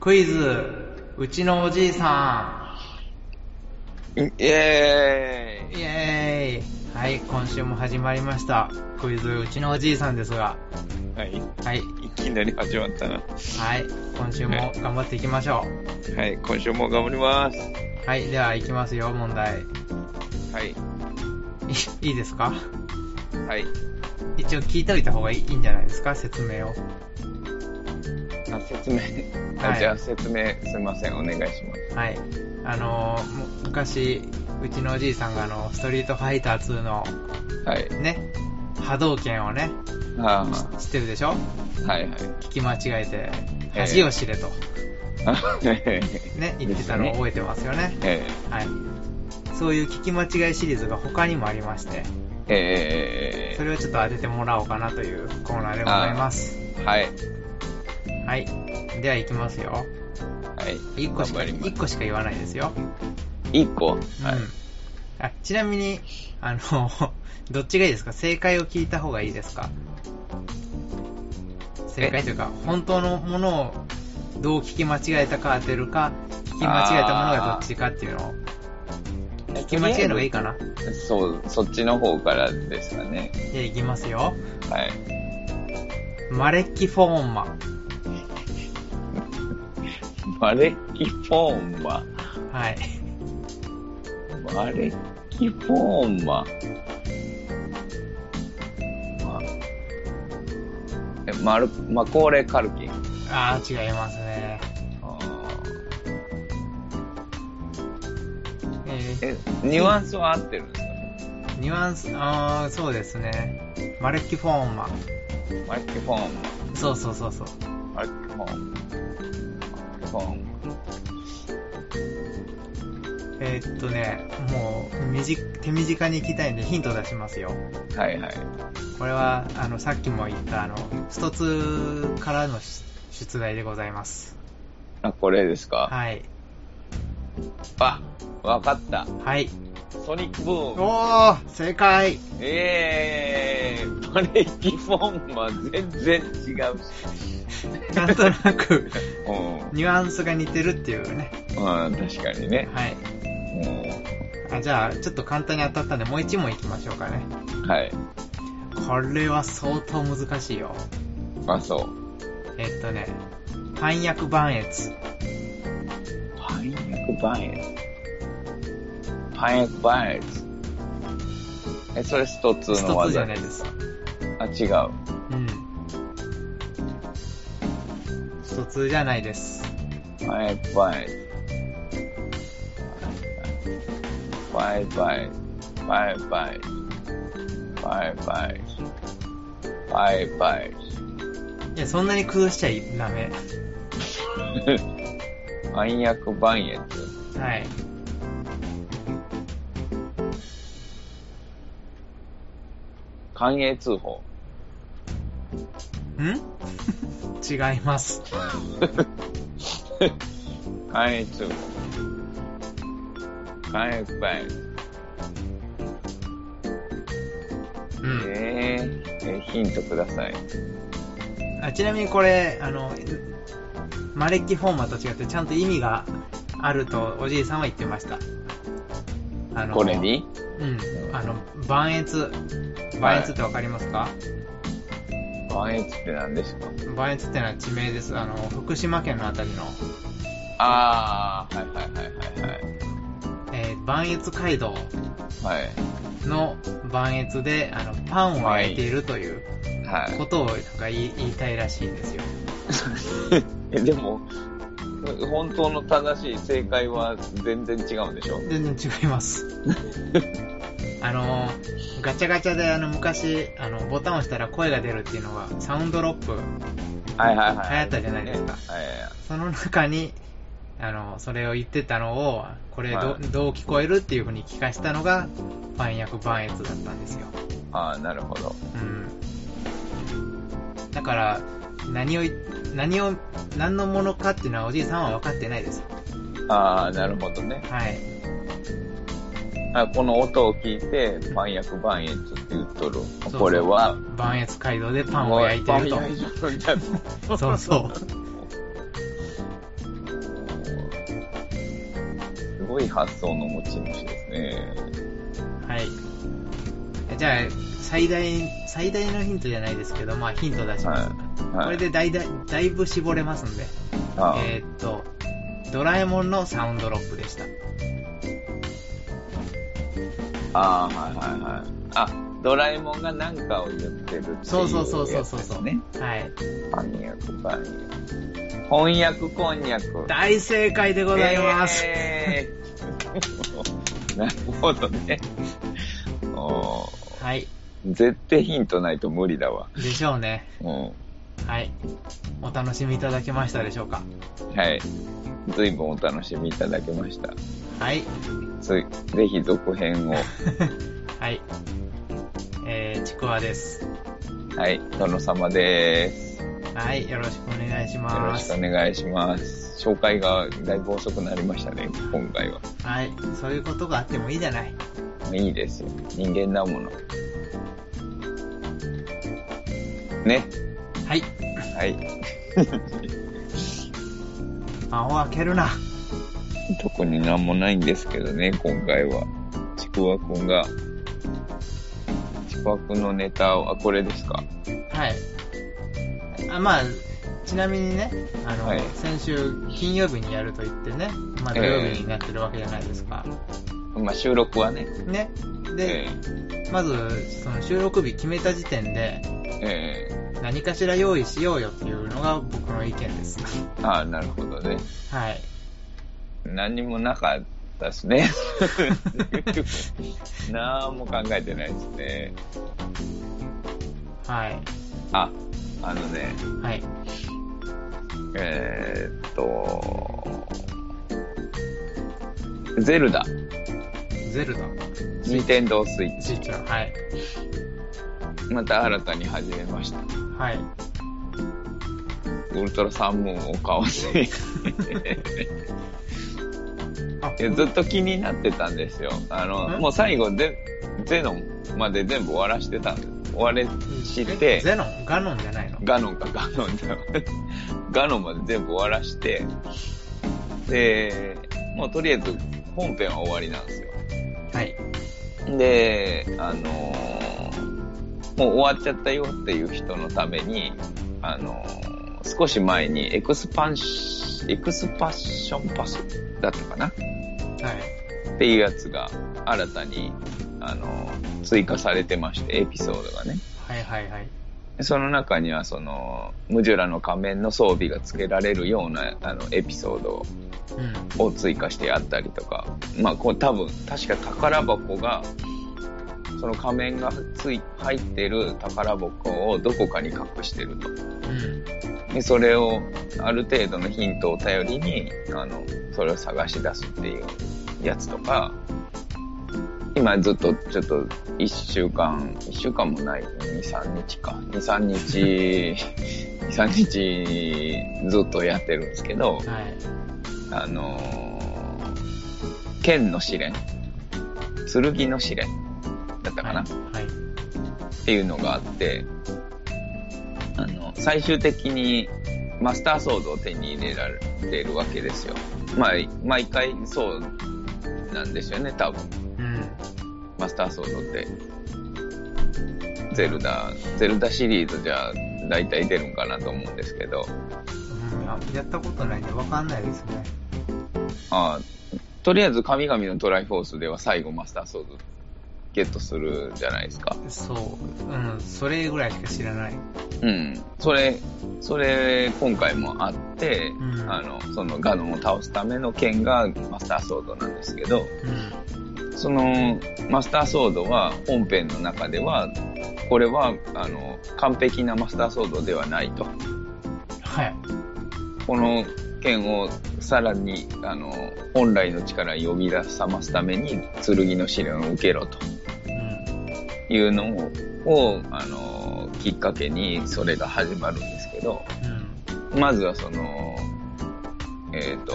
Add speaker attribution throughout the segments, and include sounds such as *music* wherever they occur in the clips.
Speaker 1: クイズ、うちのおじいさ
Speaker 2: イエ
Speaker 1: ん。イエーイ。はい、今週も始まりました。クイズ、うちのおじいさんですが。
Speaker 2: ーイはい。
Speaker 1: はい、
Speaker 2: いきなり始まったな。
Speaker 1: はい、今週も頑張っていきましょ
Speaker 2: はい、今週も頑張ります。
Speaker 1: う。はい、では行きますよ、問題。
Speaker 2: はい。
Speaker 1: いいいですか
Speaker 2: はい。
Speaker 1: 一応聞いといた方がいいんじゃないですか、説明を。
Speaker 2: あ説明。
Speaker 1: は
Speaker 2: はいい、じゃあ説明すいません。お願いします。
Speaker 1: はい。あのーむ昔、うちのおじいさんがあの、ストリートファイター2の
Speaker 2: はい。
Speaker 1: ね、波動拳をね、
Speaker 2: あ
Speaker 1: 知ってるでしょ
Speaker 2: あ、はい *laughs* はい。
Speaker 1: 聞き間違えて、
Speaker 2: ええ
Speaker 1: 恥を知れと、
Speaker 2: あえ
Speaker 1: ね、言ってたのを覚えてますよね。
Speaker 2: ーえ
Speaker 1: はい。そういう聞き間違いシリーズが他にもありまして、
Speaker 2: ーえ
Speaker 1: それをちょっと当ててもらおうかなというコーナーでございます。
Speaker 2: ーはい。
Speaker 1: はい。では行きますよ。
Speaker 2: はい。
Speaker 1: 1個しか、
Speaker 2: 頑張ります
Speaker 1: 一個しか言わないですよ。
Speaker 2: 一個はい。
Speaker 1: うん。あちなみに、あの、 *laughs* どっちがいいですか正解を聞いた方がいいですか正解というか、本当のものをどう聞き間違えたか当てるか、聞き間違えたものがどっちかっていうのを、聞き間違えるのがいいかなじ
Speaker 2: そう、そっちの方からですかね。
Speaker 1: ゃあいきますよ。
Speaker 2: はい。
Speaker 1: マレッキフォーンマ。
Speaker 2: マレッキフォーンマ。
Speaker 1: はい。
Speaker 2: マレッキフォーマ。まえ、マル、マコーレカルキン。
Speaker 1: あー、違いますね。
Speaker 2: あー
Speaker 1: え
Speaker 2: え、ニュアンスは合ってるんですか
Speaker 1: ー、ニュアンス、あー、そうですね。マレッキフォーンマ。
Speaker 2: マレッキフォーン
Speaker 1: そうそうそうそう。
Speaker 2: マ。マレッキフォーンマ。マレッキフォーン
Speaker 1: えーっとね、もうみじ、手短に行きたいんでヒント出しますよ。
Speaker 2: マ。はいはい。
Speaker 1: これは、あの、さっきも言った、あの、ストツからのし出題でございます。
Speaker 2: あ、これですか
Speaker 1: はい。
Speaker 2: あ、わかった。
Speaker 1: はい。
Speaker 2: ソニックブーム。
Speaker 1: おー正解
Speaker 2: ええー、マレッキフォーンは全然違うし。
Speaker 1: なんとなく、 *laughs*
Speaker 2: うん。
Speaker 1: ニュアンスが似てるっていうね。
Speaker 2: うん、確かにね。
Speaker 1: はい。
Speaker 2: う
Speaker 1: あじゃあ、ちょっと簡単に当たったんで、もう一問行きましょうかね。
Speaker 2: ん。はい。
Speaker 1: これは相当難しいよ。
Speaker 2: まあそう。
Speaker 1: えーっとね、反薬万越。
Speaker 2: パン薬バイエツ。パン薬バイエツ。え、それストツ
Speaker 1: ス
Speaker 2: ーの
Speaker 1: トツじゃ
Speaker 2: 技
Speaker 1: ないです。
Speaker 2: あ、違う。
Speaker 1: うん。ストツじゃないです。
Speaker 2: パン薬バイエツ。バイバイ。バイバイ。バイバイ。バイバイ。
Speaker 1: いや、そんなに工夫しちゃダメ。
Speaker 2: 暗躍バイエツ。
Speaker 1: はい。
Speaker 2: 歓迎通報。
Speaker 1: ん *laughs* 違います。
Speaker 2: 関越通報。関越バイ
Speaker 1: うん。
Speaker 2: えー、えー、ヒントください。
Speaker 1: あちなみにこれ、あの、マレッキフォーマと違ってちゃんと意味があるとおじいさんは言ってました。あ
Speaker 2: これに
Speaker 1: うん。あの、万越。万越ってわかりますか、
Speaker 2: 関越って何ですか
Speaker 1: 万越ってのは地名です。あの、福島県のあたりの、
Speaker 2: あー、はいはいはいはい
Speaker 1: えー、万越街道
Speaker 2: はい。
Speaker 1: の万越で、あの、パンを焼いているという
Speaker 2: はい。は
Speaker 1: ことをなんか言い言いたいらしいんですよ。
Speaker 2: い。え、 *laughs* でも、本当の正しい正解は全然違うんでしょ
Speaker 1: 全然違います。あのー、ガチャガチャであの昔、あの、ボタンを押したら声が出るっていうのが、サウンドロップ、
Speaker 2: はいはいはい。
Speaker 1: 流行ったじゃないですか
Speaker 2: ねはいはいはい
Speaker 1: その中に、あの、それを言ってたのを、これど,、
Speaker 2: は
Speaker 1: どう聞こえるっていう風に聞かしたのが、万役万越だったんですよ。
Speaker 2: あー、なるほど。
Speaker 1: うん。だから、何を言、何を、何のものかっていうのはおじいさんは分かってないです。
Speaker 2: あー、なるほどね。
Speaker 1: はい。
Speaker 2: あこの音を聞いて、パン薬万越って言っとる。これは、
Speaker 1: 万越街道でパンを焼いてる
Speaker 2: *laughs* パン焼いてるんだ
Speaker 1: と。そうそう。
Speaker 2: 発想の持ち主ですね。
Speaker 1: はい。えじゃあ、最大、最大のヒントじゃないですけど、まあヒント出します。
Speaker 2: はい。はい、
Speaker 1: これでだいだいだいぶ絞れますんで。
Speaker 2: あ
Speaker 1: えーっと、ドラえもんのサウンドロップでした。
Speaker 2: あー、はいはいはい。あ、ドラえもんが何かを言ってるっていう、
Speaker 1: そうそうそうそうそうそう、
Speaker 2: ね。
Speaker 1: はい。
Speaker 2: 翻訳、翻訳。翻訳こんにゃく。
Speaker 1: 大正解でございます。
Speaker 2: えー *laughs* なるほどね。おー
Speaker 1: はい。
Speaker 2: 絶対ヒントないと無理だわ。
Speaker 1: でしょうね。
Speaker 2: うん。
Speaker 1: はい。お楽しみいただけましたでしょうか。
Speaker 2: はい。随分お楽しみいただけました。
Speaker 1: はい。
Speaker 2: ついぜひ続編を。
Speaker 1: はい。えー、ちくわです。
Speaker 2: はい。殿様です。よ
Speaker 1: はい。よろしくお願いし
Speaker 2: ろ
Speaker 1: ま
Speaker 2: し
Speaker 1: す
Speaker 2: くお。願いします。紹介がだいぶ遅くなりましたね、今回は。
Speaker 1: はい。そういうことがあってもいいじゃない。
Speaker 2: いいですよ。人間なもの。ね。
Speaker 1: はい。
Speaker 2: はい。
Speaker 1: 魔法開けるな。
Speaker 2: 特になんもないんですけどね、今回は。ちくわくんが、ちくわくんのネタはこれですか
Speaker 1: はい。あ、まあ、ちなみにね、あの、
Speaker 2: はい
Speaker 1: 先週金曜日にやると言ってね、まあ土曜日になってるわけじゃないですか。
Speaker 2: まあ、収録はね。
Speaker 1: ね。で、
Speaker 2: え
Speaker 1: まず、その収録日決めた時点で、
Speaker 2: えええ
Speaker 1: 何かしら用意しようよっていうのが僕の意見 *laughs* です。
Speaker 2: ああ、なるほどね。
Speaker 1: はい。
Speaker 2: 何もなかったしね。 *laughs* 何も考えてないですね。
Speaker 1: はい。
Speaker 2: あ、あのね、
Speaker 1: はい。
Speaker 2: えーっと、ゼルダ、
Speaker 1: ゼルダ、
Speaker 2: ニンテンドースイッ
Speaker 1: スイッチは、はい。
Speaker 2: チ、また新たに始めました。
Speaker 1: はい。
Speaker 2: ウルトラサーモンを買わせ。
Speaker 1: *laughs*
Speaker 2: い
Speaker 1: あ、
Speaker 2: やずっと気になってたんですよ。あの、
Speaker 1: ん
Speaker 2: もう最後で、ゼノンまで全部終わらしてたんです。終われして
Speaker 1: えゼノンガノンじゃないの
Speaker 2: ガノンかガノンだ。 *laughs* ガノンまで全部終わらして、で、もうとりあえず本編は終わりなんです
Speaker 1: はい。
Speaker 2: よ。で、あのーもう終わっちゃったよっていう人のために、あのー少し前にエクスパンシ、エクスパッションパスだったかな
Speaker 1: はい。
Speaker 2: っていうやつが新たに、あのー追加されてまして、エピソードがね。
Speaker 1: はいはいはい。
Speaker 2: その中にはそのムジュラの仮面の装備がつけられるようなあのエピソード
Speaker 1: うん。
Speaker 2: を追加してあったりとかまあこう多分確か宝箱がその仮面がつい入ってる宝箱をどこかに隠してると
Speaker 1: うん。
Speaker 2: でそれをある程度のヒントを頼りにあのそれを探し出すっていうやつとか今ずっとちょっと1週間1週間もない23日か23日23日ずっとやってるんですけど
Speaker 1: はい。
Speaker 2: あのー剣の試練剣の試練だったか
Speaker 1: は
Speaker 2: な、
Speaker 1: い。
Speaker 2: っていうのがあって、あの、最終的にマスターソードを手に入れられてるわけですよ。まあ、毎回そうなんですよね、多分。
Speaker 1: うん。
Speaker 2: マスターソードって。ゼルダ、ゼルダシリーズじゃ大体出るんかなと思うんですけど、
Speaker 1: うん、あやったことないんで分かんないですね。
Speaker 2: あとりあえず神々のトライフォースでは最後マスターソードゲットするじゃないですか。
Speaker 1: そう。うん。それぐらいしか知らない。
Speaker 2: うん。それ、それ、今回もあって、
Speaker 1: ん
Speaker 2: あの、そのガノンを倒すための剣がマスターソードなんですけど、
Speaker 1: うん。
Speaker 2: そのマスターソードは本編の中では、これは、あの、完璧なマスターソードではないと。
Speaker 1: はい。
Speaker 2: この剣をさらに、あの、本来の力を呼び出さますために、剣の試練を受けろと
Speaker 1: うん。
Speaker 2: いうのを、をあの、きっかけにそれが始まるんですけど、
Speaker 1: うん。
Speaker 2: まずはその、えっ、と、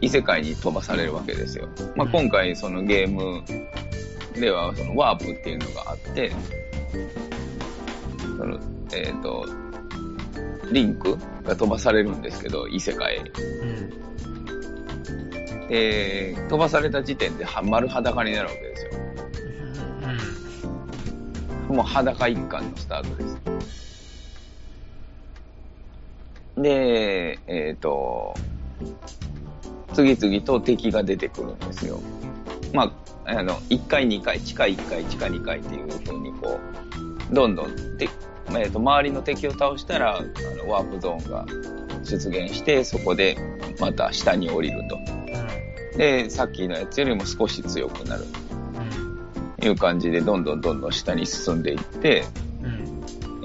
Speaker 2: 異世界に飛ばされるわけですよ。まあ、
Speaker 1: うん
Speaker 2: 今回そのゲームではそのワープっていうのがあって、その、えっ、と、リンクが飛ばされるんですけど、異世界
Speaker 1: うん。
Speaker 2: で、飛ばされた時点では丸裸になるわけですよ。もう裸一貫のスタートです。で、えっ、と、次々と敵が出てくるんですよ。まあ、あの、1回、2回、地下1回、地下2回っていう風にこう、どんどん、てえーと、周りの敵を倒したら、あのワープゾーンが出現して、そこでまた下に降りると。で、さっきのやつよりも少し強くなるという感じで、どんどんどんどん下に進んでいって、
Speaker 1: う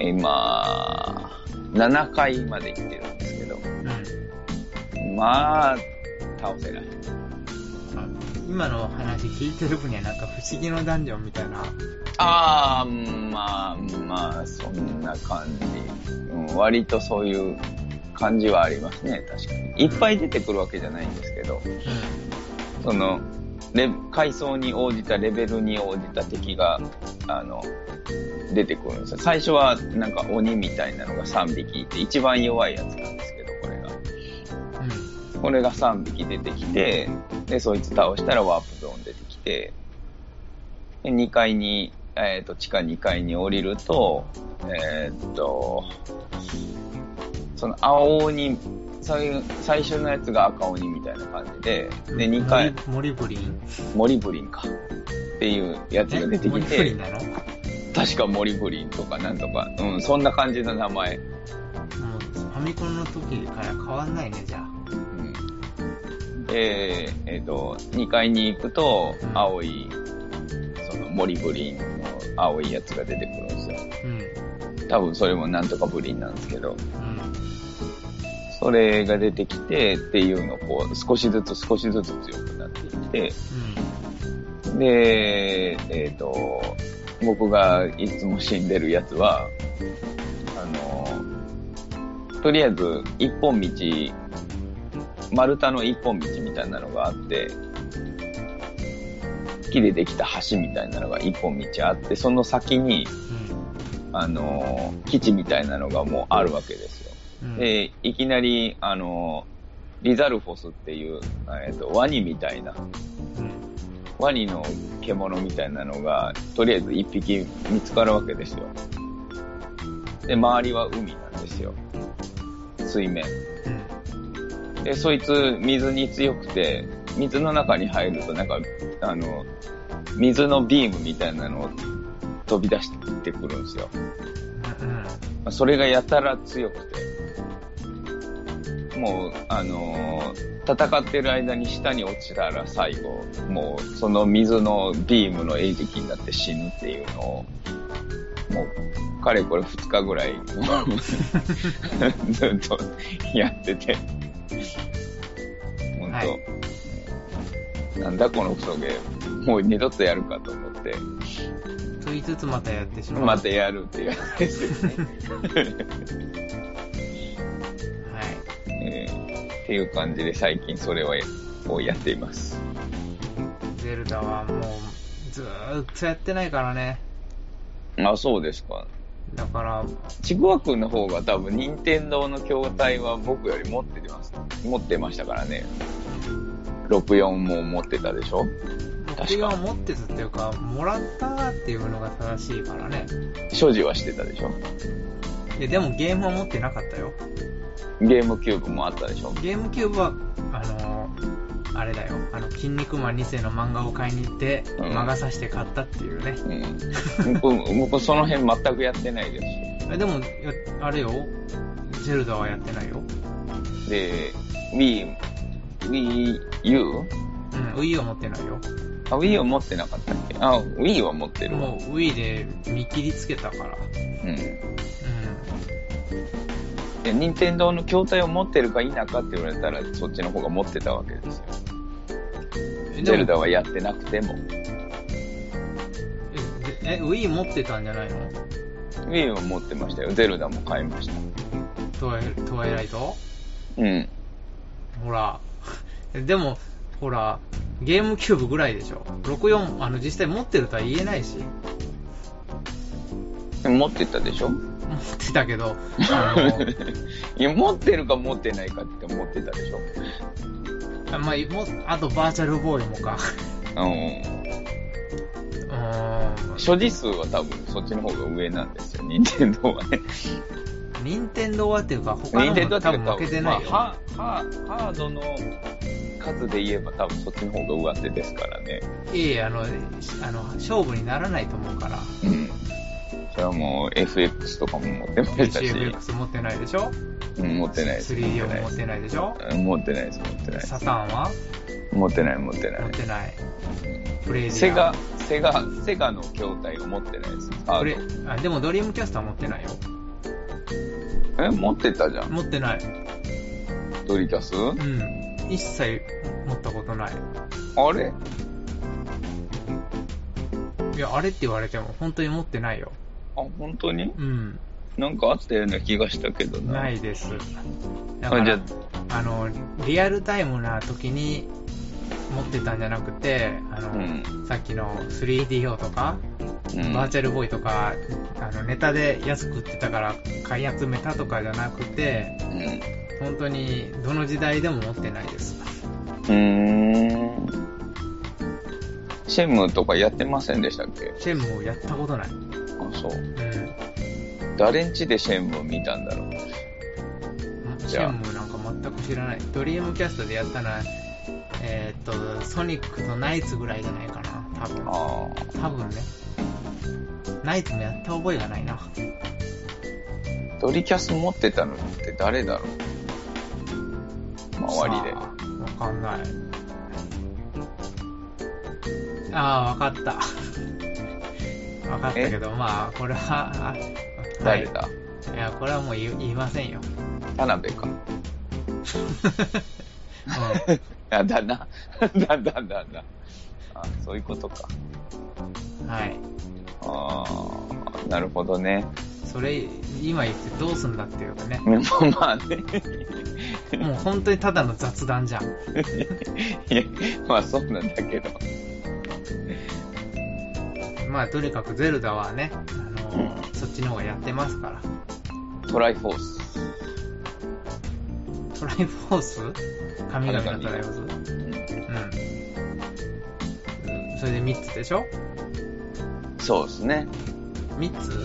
Speaker 1: ん。うん。
Speaker 2: 今、7回まで行ってるんですけど、
Speaker 1: うん。うん。
Speaker 2: まあ、倒せない。
Speaker 1: 今の話聞いてる分にはなんか不思議のダンジョンみたいな。
Speaker 2: ああ、まあ、まあ、そんな感じ。うん、割とそういう感じはありますね、確かに。いっぱい出てくるわけじゃないんですけど、その、レ階層に応じた、レベルに応じた敵が、あの、出てくるんですよ。最初は、なんか鬼みたいなのが3匹いて、一番弱いやつなんですけど、これが。
Speaker 1: う
Speaker 2: これが3匹出てきて、で、そいつ倒したらワープゾーン出てきて、で、2階に、えっ、と、地下2階に降りると、えっ、と、その青鬼、そういう、最初のやつが赤鬼みたいな感じで、
Speaker 1: ん。
Speaker 2: で、2階、
Speaker 1: 森森ブリン。
Speaker 2: 森ブリンか。っていうやつが出てき
Speaker 1: 森ブリ
Speaker 2: て
Speaker 1: ン、なのも
Speaker 2: 確か森ブリンとかなんとか、うん、そんな感じの名前。
Speaker 1: うファミコンの時から変わんないね、じゃあ。
Speaker 2: うんで、えっ、と、2階に行くと、
Speaker 1: うん
Speaker 2: 青い、その森ブリンの青いやつが出てくるんです
Speaker 1: う
Speaker 2: よ。
Speaker 1: ん。
Speaker 2: 多分それもなんとかブリンなんですけど、
Speaker 1: うん。
Speaker 2: それが出てきてっていうのをこう、少しずつ少しずつ強くなっていって、で、えっ、と、僕がいつも死んでるやつは、あの、とりあえず一本道、丸太の一本道みたいなのがあって、木でできた橋みたいなのが一本道あって、その先に、あの、基地みたいなのがもうあるわけですよ。
Speaker 1: うん。うん。
Speaker 2: で、いきなり、あの、リザルフォスっていう、えっと、ワニみたいな、
Speaker 1: うん。
Speaker 2: ワニの獣みたいなのが、とりあえず一匹見つかるわけですよ。で、周りは海なんですよ。水面。で、そいつ、水に強くて、水の中に入ると、なんか、あの、水のビームみたいなのを飛び出してくるんですよ。
Speaker 1: うん。
Speaker 2: まあそれがやたら強くて、もう、あのー戦ってる間に下に落ちたら最後、もうその水のビームの餌食になって死ぬっていうのを、もう、かれこれ2日ぐ
Speaker 1: *laughs*
Speaker 2: らい、ずっとやってて、本当、
Speaker 1: は
Speaker 2: なんだこのクソゲーム、もう二度とやるかと思って、
Speaker 1: うん。と言いつつまたやってしまう。
Speaker 2: またやるっていう話ですよね。
Speaker 1: はい。
Speaker 2: えーっていう感じで最近それををやっています。
Speaker 1: ゼルダはもう、ずーっとやってないからね。
Speaker 2: あ、そうですか。
Speaker 1: だから、
Speaker 2: ちぐわくんの方が多分、任天堂の筐体は僕より持ってます。持ってましたからね。64も持ってたでしょ
Speaker 1: 僕が持ってたっていうか、もらったっていうのが正しいからね。
Speaker 2: 所持はしてたでしょ
Speaker 1: いや、でもゲームは持ってなかったよ。
Speaker 2: ゲームキューブもあったでしょ
Speaker 1: ゲームキューブは、あのーあれだよ、あの、筋肉マン2世の漫画を買いに行って、
Speaker 2: うん
Speaker 1: 魔が差して買ったっていうね。
Speaker 2: うん。僕、 *laughs* 僕その辺全くやってないです
Speaker 1: えでも、やあれよ、ゼルダはやってないよ。
Speaker 2: し。で、Wii、Wii U?
Speaker 1: うん、Wii は持ってないよ。
Speaker 2: あ、Wii を持ってなかったっけあ、Wii は持ってるわ。
Speaker 1: もう Wii で見切りつけたから。
Speaker 2: うん。
Speaker 1: う
Speaker 2: で任天堂の筐体を持ってるか否かって言われたらそっちの方が持ってたわけですよ
Speaker 1: ん。
Speaker 2: ゼル
Speaker 1: で
Speaker 2: ダ
Speaker 1: も
Speaker 2: はやってなくても
Speaker 1: え、え Wii 持ってたんじゃないの
Speaker 2: Wii は持ってましたよゼルダも買いました
Speaker 1: トワイトワイライト
Speaker 2: うん
Speaker 1: ほら。 *laughs* でも、ほら、ゲームキューブぐらいでしょ。64、あの、実際持ってるとは言えないし。
Speaker 2: でも持ってたでしょ *laughs*
Speaker 1: 持ってたけど、あの、
Speaker 2: いや持ってるか持ってないかって言って持ってたでしょ
Speaker 1: あまあ、もうあとバーチャルボーイもか。
Speaker 2: うん。
Speaker 1: うーん。
Speaker 2: 所持数は多分そっちの方が上なんですよ、任天堂はね。
Speaker 1: 任天堂はっていうか、他
Speaker 2: 任
Speaker 1: の
Speaker 2: 天堂
Speaker 1: も
Speaker 2: は
Speaker 1: 多分負けてないよ。
Speaker 2: まあハハハードの数で言えば多分そっちの方が上手ですからね。
Speaker 1: いえいえ、あの、あの、勝負にならないと思うから。
Speaker 2: うん。それはもう FX とかも持ってましたし、
Speaker 1: HFX 持ってないでしょ
Speaker 2: うん、持ってないです。持って
Speaker 1: ?3D
Speaker 2: な
Speaker 1: も
Speaker 2: いで
Speaker 1: 持っ
Speaker 2: す。
Speaker 1: てないでしょ
Speaker 2: うん持ってないです、持ってないです
Speaker 1: サタンは
Speaker 2: 持ってない、持ってな
Speaker 1: 持っ
Speaker 2: い。
Speaker 1: てない。プレイディア
Speaker 2: セガ、セガ、セガの筐体を持ってないです。ハ
Speaker 1: プレ
Speaker 2: ー
Speaker 1: あ、でもドリームキャスター持ってないよ。
Speaker 2: ド。え、持ってたじゃん。
Speaker 1: 持ってない。
Speaker 2: ドリキャス
Speaker 1: うん。一切持ったことない。
Speaker 2: あれ
Speaker 1: いや、あれって言われても本当に持ってないよ。
Speaker 2: あ、本当に
Speaker 1: うん。
Speaker 2: なんかあったような気がしたけどな。
Speaker 1: ないです。だか
Speaker 2: あじゃ
Speaker 1: ら、あの、リアルタイムな時に持ってたんじゃなくて、あ
Speaker 2: あ、
Speaker 1: の、
Speaker 2: うん。
Speaker 1: さっきの 3DO とか、
Speaker 2: うん。
Speaker 1: バーチャルボーイとか、あの、ネタで安く売ってたから買い集めたとかじゃなくて、
Speaker 2: うん
Speaker 1: 本当にどの時代でも持ってないです。
Speaker 2: うーん。シェムとかやってませんでしたっけ
Speaker 1: チェンもやったことない。うん。
Speaker 2: あ、そう。誰んちでシェムを見たんだろう。
Speaker 1: チェンもなんか全く知らない。ドリームキャストでやったのは、えーっと、ソニックとナイツぐらいじゃないかな。多分。
Speaker 2: あ
Speaker 1: 多分ね。ナイツもやった覚えがないな。
Speaker 2: あ。ドリキャス持ってたのって誰だろう周りで
Speaker 1: さ。あわかんない。ああ、わかった。 *laughs* わかったけど、まあ、これは、あはい。
Speaker 2: 誰
Speaker 1: い
Speaker 2: だ、
Speaker 1: や、これはもう言い言いません *laughs* よ。
Speaker 2: 田辺か。
Speaker 1: うん、
Speaker 2: あ、だな。 *laughs* だんだんだんだ。あ、そういうことか。
Speaker 1: はい。
Speaker 2: ああ、なるほどね。 *laughs*
Speaker 1: それ、今言ってどうすんだっていうかね。
Speaker 2: まあまあね。
Speaker 1: もう本当にただの雑談じゃん。
Speaker 2: いやまあそうなんだけど。
Speaker 1: まあ、とにかくゼルダはね、あの
Speaker 2: う
Speaker 1: そっちの方がやってますから。
Speaker 2: トライフォース。
Speaker 1: トライフォース神々のトライフォース
Speaker 2: うん
Speaker 1: うんうん。それで3つでしょ
Speaker 2: そうですね。
Speaker 1: ?3 つ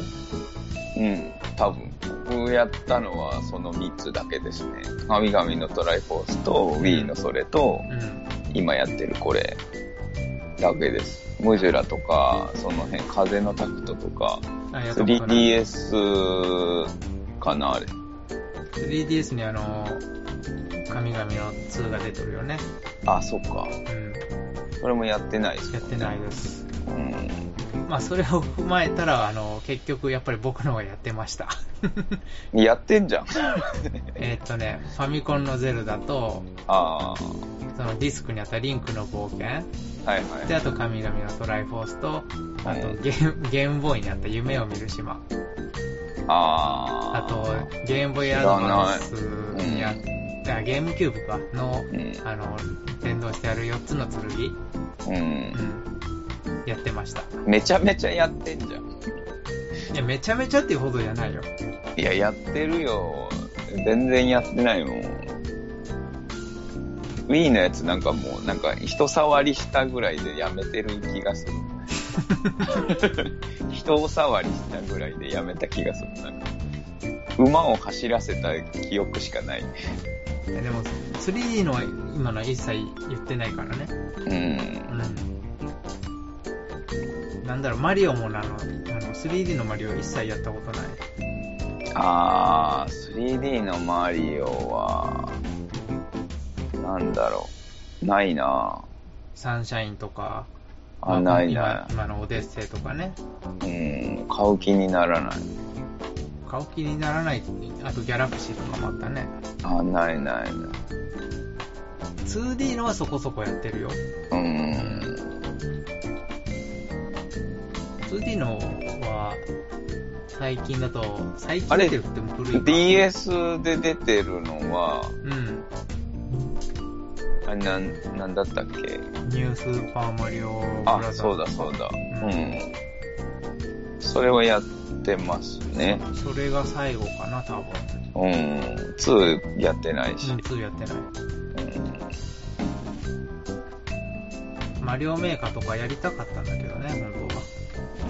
Speaker 2: うん、多分。僕やったのはその3つだけですね。神々のトライフォースと Wii のそれと、
Speaker 1: うん。
Speaker 2: 今やってるこれだけです。ムジュラとか、その辺、風のタクトとか、
Speaker 1: あ、やったことない。
Speaker 2: 3DS かな、あれ。
Speaker 1: 3DS にあの、神々の2が出てるよね。
Speaker 2: あ、そっか。
Speaker 1: うん。
Speaker 2: それもやってないです
Speaker 1: や
Speaker 2: ね
Speaker 1: ってないです。
Speaker 2: うん。
Speaker 1: まあ、それを踏まえたら、あの、結局、やっぱり僕の方がやってました。 *laughs*
Speaker 2: やってんじゃん。
Speaker 1: えーっとね、ファミコンのゼルダと、
Speaker 2: ああ、
Speaker 1: そのディスクにあったリンクの冒険、
Speaker 2: はいはい。
Speaker 1: で、あと神々のトライフォースと、あとゲーム、ゲームボーイにあった夢を見る島。
Speaker 2: あ
Speaker 1: あ
Speaker 2: あ。
Speaker 1: と、ゲームボーイアドバンスにあった、ゲームキューブか、の、
Speaker 2: うん。
Speaker 1: あの、連動してある4つの剣、
Speaker 2: うん。
Speaker 1: うん、やってました。
Speaker 2: めちゃめちゃやってんじゃん。
Speaker 1: いや、めちゃめちゃっていうほどじゃないよ。
Speaker 2: いや、やってるよ。全然やってないもん。Wii のやつなんかもう、なんか人触りしたぐらいでやめてる気がする。人を触りしたぐらいでやめた気がする。なんか馬を走らせた記憶しかない。
Speaker 1: でも、3D の今のは一切言ってないからね。
Speaker 2: うん。
Speaker 1: うん。なんだろう、マリオもなの、あの、3D のマリオ一切やったことない。
Speaker 2: あー、3D のマリオは、なんだろう。ないな
Speaker 1: サンシャインとか、
Speaker 2: あ、
Speaker 1: ま
Speaker 2: ない
Speaker 1: 今
Speaker 2: な
Speaker 1: 今のオデッセイとかね。
Speaker 2: うん、買う気にならない。
Speaker 1: 買う気にならない。あと、ギャラクシーとかもあったね。
Speaker 2: あ、ないないない。
Speaker 1: 2D のはそこそこやってるよ。
Speaker 2: うーん。
Speaker 1: 2D のは、最近だと、最近
Speaker 2: あれ
Speaker 1: って言っても古いか。
Speaker 2: DS で出てるのは、
Speaker 1: うん。
Speaker 2: あれなん、なんだったっけ
Speaker 1: ニュースーパーマリオブラザー
Speaker 2: あ、
Speaker 1: ズ
Speaker 2: そうだそうだ。
Speaker 1: う
Speaker 2: うんん。それはやってますね。
Speaker 1: それが最後かな、多分。
Speaker 2: うん。2やってないし。
Speaker 1: 2やってない。
Speaker 2: うん。
Speaker 1: まあ、両メーカーとかやりたかったんだけどね、本当は。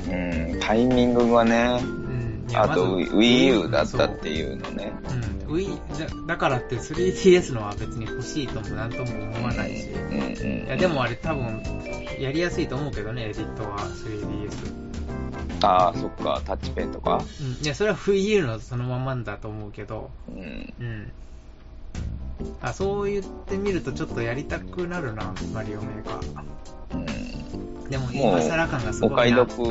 Speaker 2: うん、タイミングがね、
Speaker 1: うん。いや
Speaker 2: あと
Speaker 1: まず
Speaker 2: Wii U だった
Speaker 1: うん
Speaker 2: っていうのね。
Speaker 1: そううん。Wii だ、だからって 3DS のは別に欲しいともなんとも思わないし。
Speaker 2: うんうん。
Speaker 1: いや、でもあれ多分、やりやすいと思うけどね、エディットは 3DS。
Speaker 2: ああ、そっか、タッチペンとか。
Speaker 1: うん。いや、それは Wii U のそのままんだと思うけど。
Speaker 2: うん。
Speaker 1: うん。あ、そう言ってみるとちょっとやりたくなるな、マリオメーカー。
Speaker 2: うん。
Speaker 1: でも
Speaker 2: もう
Speaker 1: 今更感がす
Speaker 2: お
Speaker 1: ご
Speaker 2: 買
Speaker 1: い
Speaker 2: い
Speaker 1: な。
Speaker 2: 得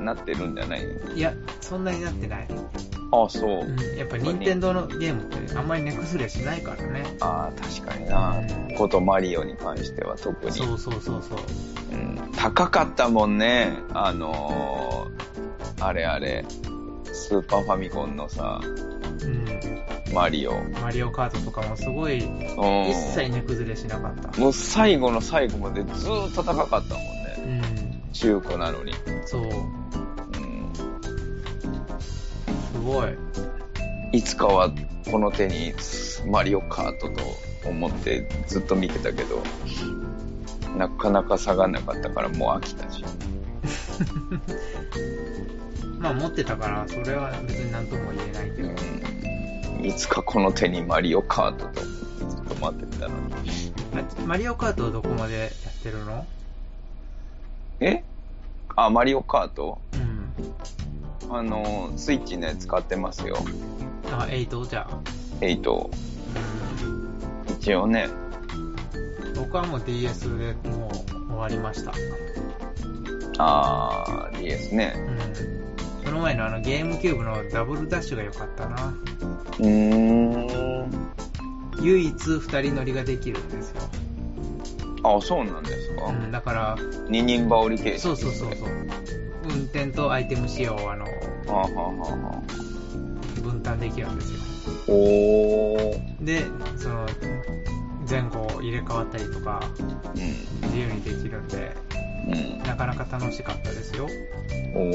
Speaker 2: なってるんじゃない
Speaker 1: いや、そんなになってない。
Speaker 2: ああ、そう。
Speaker 1: うん。やっぱ任天堂のゲームってあんまり根崩れしないからね。
Speaker 2: ああ、確かにな
Speaker 1: うん。
Speaker 2: ことマリオに関しては特に。
Speaker 1: そうそうそうそう。
Speaker 2: うん高かったもんね。あのー、あれあれ。スーパーファミコンのさ、
Speaker 1: うん。
Speaker 2: マリオ。うん
Speaker 1: マリオカートとかもすごい、一切根崩れしなかった。
Speaker 2: もう最後の最後までずーっと高かったもん
Speaker 1: う
Speaker 2: ね。
Speaker 1: ん。
Speaker 2: 中古なのに。
Speaker 1: そう。
Speaker 2: うん
Speaker 1: すごい。
Speaker 2: いつかはこの手にマリオカートと思ってずっと見てたけど、なかなか下がんなかったからもう飽きたし。
Speaker 1: まあ持ってたから、それは別に何とも言えないけど。
Speaker 2: うん、いつかこの手にマリオカートとずっと待ってたのに。
Speaker 1: あマリオカートはどこまでやってるの
Speaker 2: えあ、マリオカート
Speaker 1: うん。
Speaker 2: あの、スイッチのやつ買ってますよ。
Speaker 1: あ、8じゃあ。
Speaker 2: 8を。
Speaker 1: うん。
Speaker 2: 一応ね。
Speaker 1: 僕はもう DS でもう終わりました。
Speaker 2: あー、DS ね。
Speaker 1: うん。その前のあのゲームキューブのダブルダッシュが良かったな。
Speaker 2: うーん。
Speaker 1: 唯一二人乗りができるんですよ。
Speaker 2: あ、そうなんですか。
Speaker 1: うん、だから、
Speaker 2: 二人羽織形式。
Speaker 1: そうそうそうそう。運転とアイテム使用をあの、
Speaker 2: あははは
Speaker 1: 分担できるんですよ。
Speaker 2: おー。
Speaker 1: で、その、前後入れ替わったりとか、
Speaker 2: う
Speaker 1: 自由にできるんで、
Speaker 2: ん。うん。
Speaker 1: なかなか楽しかったですよ。
Speaker 2: ほうほうほ
Speaker 1: う
Speaker 2: う。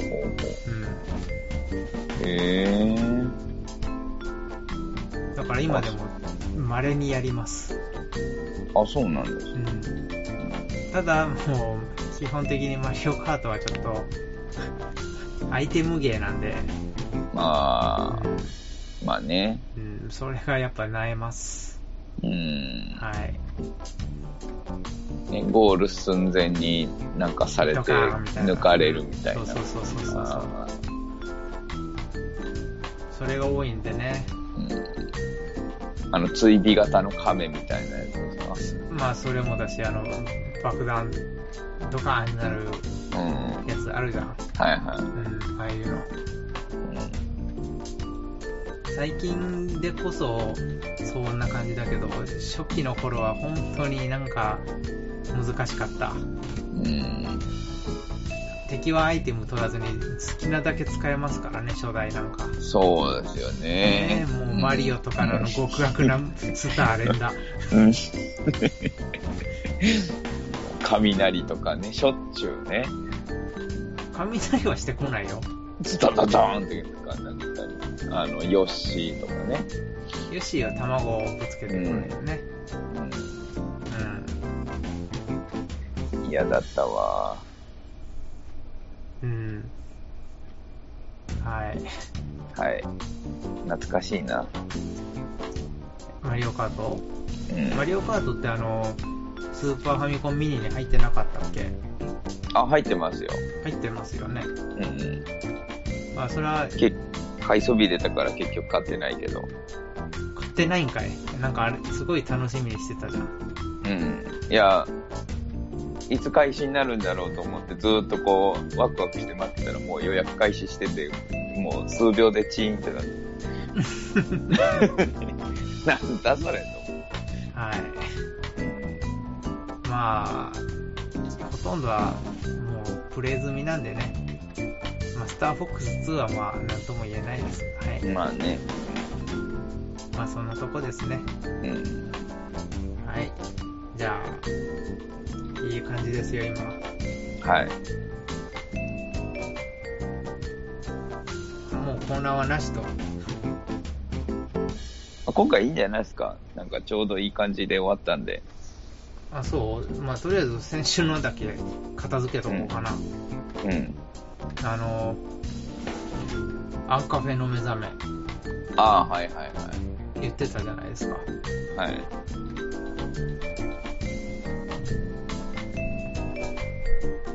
Speaker 2: へえ。
Speaker 1: ん。だから今でも、稀にやります。
Speaker 2: あ、そうなんです。
Speaker 1: うん。ただ、もう、基本的にマリオカートはちょっと、アイテムゲーなんで、
Speaker 2: まあ、まあね。
Speaker 1: うん、それがやっぱ萎えます。
Speaker 2: うん。
Speaker 1: はい。
Speaker 2: ねゴール寸前になんかされて
Speaker 1: ドカーンみたいな
Speaker 2: 抜かれるみたいな。
Speaker 1: そうそうそうそうそうそう。
Speaker 2: あー
Speaker 1: それが多いんでね。
Speaker 2: うんあの、追尾型の亀みたいなやつです
Speaker 1: まあ、それもだし、あの、爆弾、ドカーンになる
Speaker 2: か。うん。はい
Speaker 1: やつあるじゃん。
Speaker 2: は
Speaker 1: うん、ああいうの。
Speaker 2: い。うん
Speaker 1: 最近でこそそんな感じだけど初期の頃は本当になんか難しかった
Speaker 2: うん。
Speaker 1: 敵はアイテム取らずに好きなだけ使えますからね初代なんか
Speaker 2: そうですよね
Speaker 1: ねえ。もうマリオとかのあの極悪なスター連打
Speaker 2: うん。 *laughs* 雷とかね、しょっちゅうね。
Speaker 1: 雷はしてこないよ
Speaker 2: ズタタターンって感じだったり、あの、ヨッシーとかね。
Speaker 1: ヨッシーは卵をぶつけてこないよね
Speaker 2: うん嫌だったわ。
Speaker 1: うん、うん、はい
Speaker 2: はい。懐かしいな。
Speaker 1: マリオカート
Speaker 2: うん。
Speaker 1: マリオカートってあのスーパーファミコンミニに入ってなかったっけ
Speaker 2: あ、入ってますよ。
Speaker 1: 入ってますよね
Speaker 2: うんうん。
Speaker 1: まあそれは
Speaker 2: け買いそびれたから結局買ってないけど。
Speaker 1: 買ってないんかいなんかあれすごい楽しみにしてたじゃん
Speaker 2: うん。いや、いつ開始になるんだろうと思ってずーっとこう、ワクワクして待ってたらもう予約開始してて、もう数秒でチーンってなって。なんだそれと思って。
Speaker 1: はいまあほとんどはもうプレイ済みなんでねマスターフォックス2はまあ何とも言えないですはい
Speaker 2: まあね。
Speaker 1: まあそんなとこですね
Speaker 2: うん。
Speaker 1: はいじゃあいい感じですよ今
Speaker 2: はい。
Speaker 1: もう混乱はなしと
Speaker 2: まあ今回いいんじゃないですか。なんかちょうどいい感じで終わったんで。
Speaker 1: あ、そうまあ、とりあえず先週のだけ片付けとこうかな。
Speaker 2: うん。
Speaker 1: あの、アンカフェの目覚め
Speaker 2: ああ、はいはい
Speaker 1: 言ってたじゃないですか。
Speaker 2: はい。はい。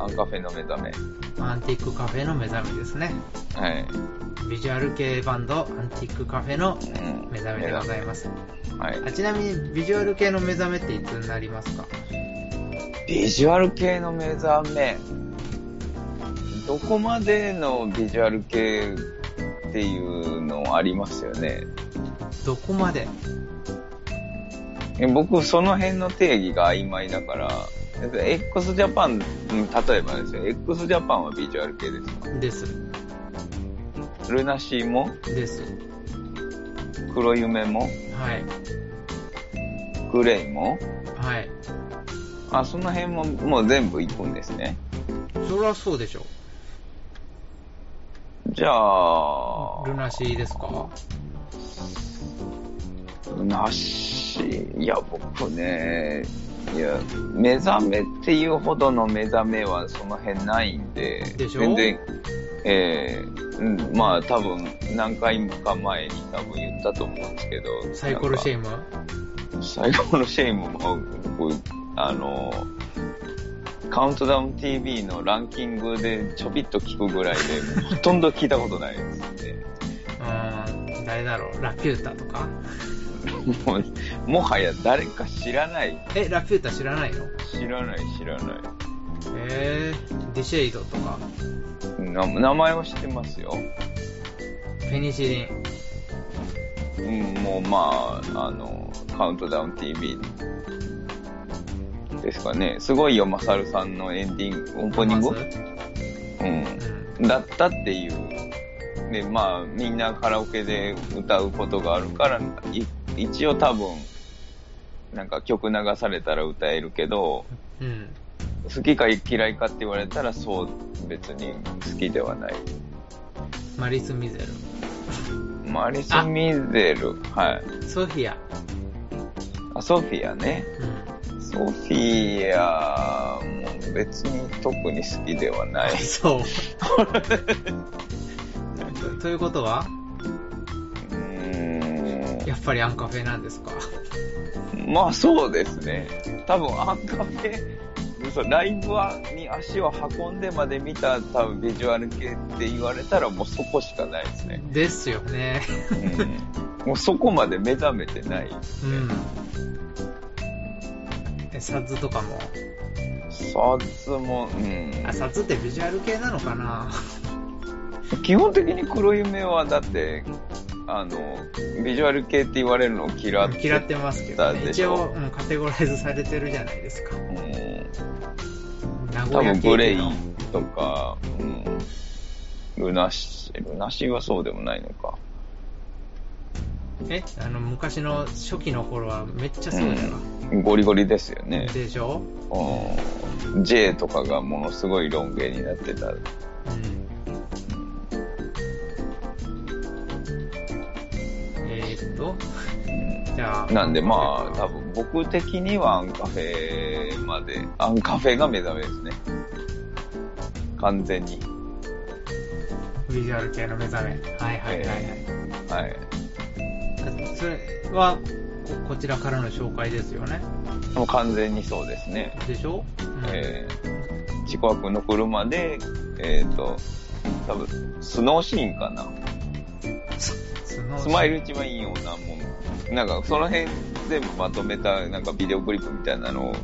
Speaker 2: アンカフェの目覚め。
Speaker 1: アンティークカフェの目覚めですね。
Speaker 2: はい。
Speaker 1: ビジュアル系バンド、アンティークカフェの
Speaker 2: うん。
Speaker 1: 目覚めでございます。
Speaker 2: はい。
Speaker 1: あちなみに、ビジュアル系の目覚めっていつになりますか
Speaker 2: ビジュアル系の目覚め。どこまでのビジュアル系っていうのありますよね。
Speaker 1: どこまで
Speaker 2: え僕、その辺の定義が曖昧だから、x ジャパンうん例えばですよ、x ジャパンはビジュアル系です
Speaker 1: です。
Speaker 2: かルナシーも、
Speaker 1: です。
Speaker 2: 黒夢も、
Speaker 1: はい。
Speaker 2: グレイも、
Speaker 1: はい。
Speaker 2: あ、その辺ももう全部行くんですね。
Speaker 1: そりゃそうでしょ。
Speaker 2: じゃあ、
Speaker 1: ルナシーですか
Speaker 2: なし、いや、僕ね、いや、目覚めっていうほどの目覚めはその辺ないんで、
Speaker 1: でしょ
Speaker 2: 全然、えーうん、まあ多分何回か前に多分言ったと思うんですけど、
Speaker 1: サイコロシェイム
Speaker 2: なんかサイコロシェイムも、僕あの、カウントダウン TV のランキングでちょびっと聞くぐらいで、ほとんど聞いたことないですね。
Speaker 1: うーん、誰だろうラピュータとか
Speaker 2: もう *laughs* もはや誰か知らない
Speaker 1: え、ラピュータ知らないの
Speaker 2: 知らない知らない
Speaker 1: えー、ディシェイドとか、
Speaker 2: な名前は知ってますよ、
Speaker 1: ペニシリン。
Speaker 2: うん、もうまああのカウントダウン TV ですかねすごいよマサルさんのエンディングオープニング
Speaker 1: まずうん。
Speaker 2: うんだったっていうでまあみんなカラオケで歌うことがあるからい一応多分なんか曲流されたら歌えるけど
Speaker 1: うん。
Speaker 2: 好きか嫌いかって言われたらそう別に好きではない
Speaker 1: マリス・ミゼ
Speaker 2: マリス・ミゼル。はい。
Speaker 1: ル。ソフィア。
Speaker 2: あ、ソフィアね。
Speaker 1: う
Speaker 2: ソフィアも別に特に好きではない
Speaker 1: ん。。そう。 *laughs* とということは、
Speaker 2: うー
Speaker 1: やっぱりアンカフェなんですか
Speaker 2: ん。まあそうですね。多分アンカフェ、そうライブはに足を運んでまで見た多分ビジュアル系って言われたらもうそこしかないですね。
Speaker 1: ですよね。
Speaker 2: うん、もうそこまで目覚めてない。
Speaker 1: うん。え、サッズとかも。
Speaker 2: サーズも、うん
Speaker 1: あ、。サッズってビジュアル系なのかな
Speaker 2: 基本的に黒夢はだってあのビジュアル系って言われるのを嫌って
Speaker 1: 嫌ってますけど、ね、
Speaker 2: で
Speaker 1: 一
Speaker 2: しょ
Speaker 1: 応、うん、カテゴライズされてるじゃないですか。
Speaker 2: うん
Speaker 1: 名
Speaker 2: 多
Speaker 1: 古屋
Speaker 2: 分
Speaker 1: 系
Speaker 2: グレイ
Speaker 1: の
Speaker 2: とか、うん、ルナシルナシーはそうでもないのか
Speaker 1: えあの昔の初期の頃はめっちゃそうやわ、
Speaker 2: ゴリゴリですよね、
Speaker 1: でしょ
Speaker 2: うん、J とかがものすごいロン毛になってた
Speaker 1: うんえー、っと *laughs* じゃあ
Speaker 2: なんでまあ多分僕的にはアンカフェまでアンカフェが目覚めですね完全に
Speaker 1: ビジュアル系の目覚めはいはいはいはい、
Speaker 2: はい
Speaker 1: あそれはここちらからの紹介ですよね
Speaker 2: もう完全にそうですね
Speaker 1: でしょ、うん
Speaker 2: えー、チコワ君の車で、えっ、と、多分スノーシーンかな。
Speaker 1: その
Speaker 2: スマイル一番いいようなもん。なんか、その辺全部まとめた、なんかビデオクリップみたいなのを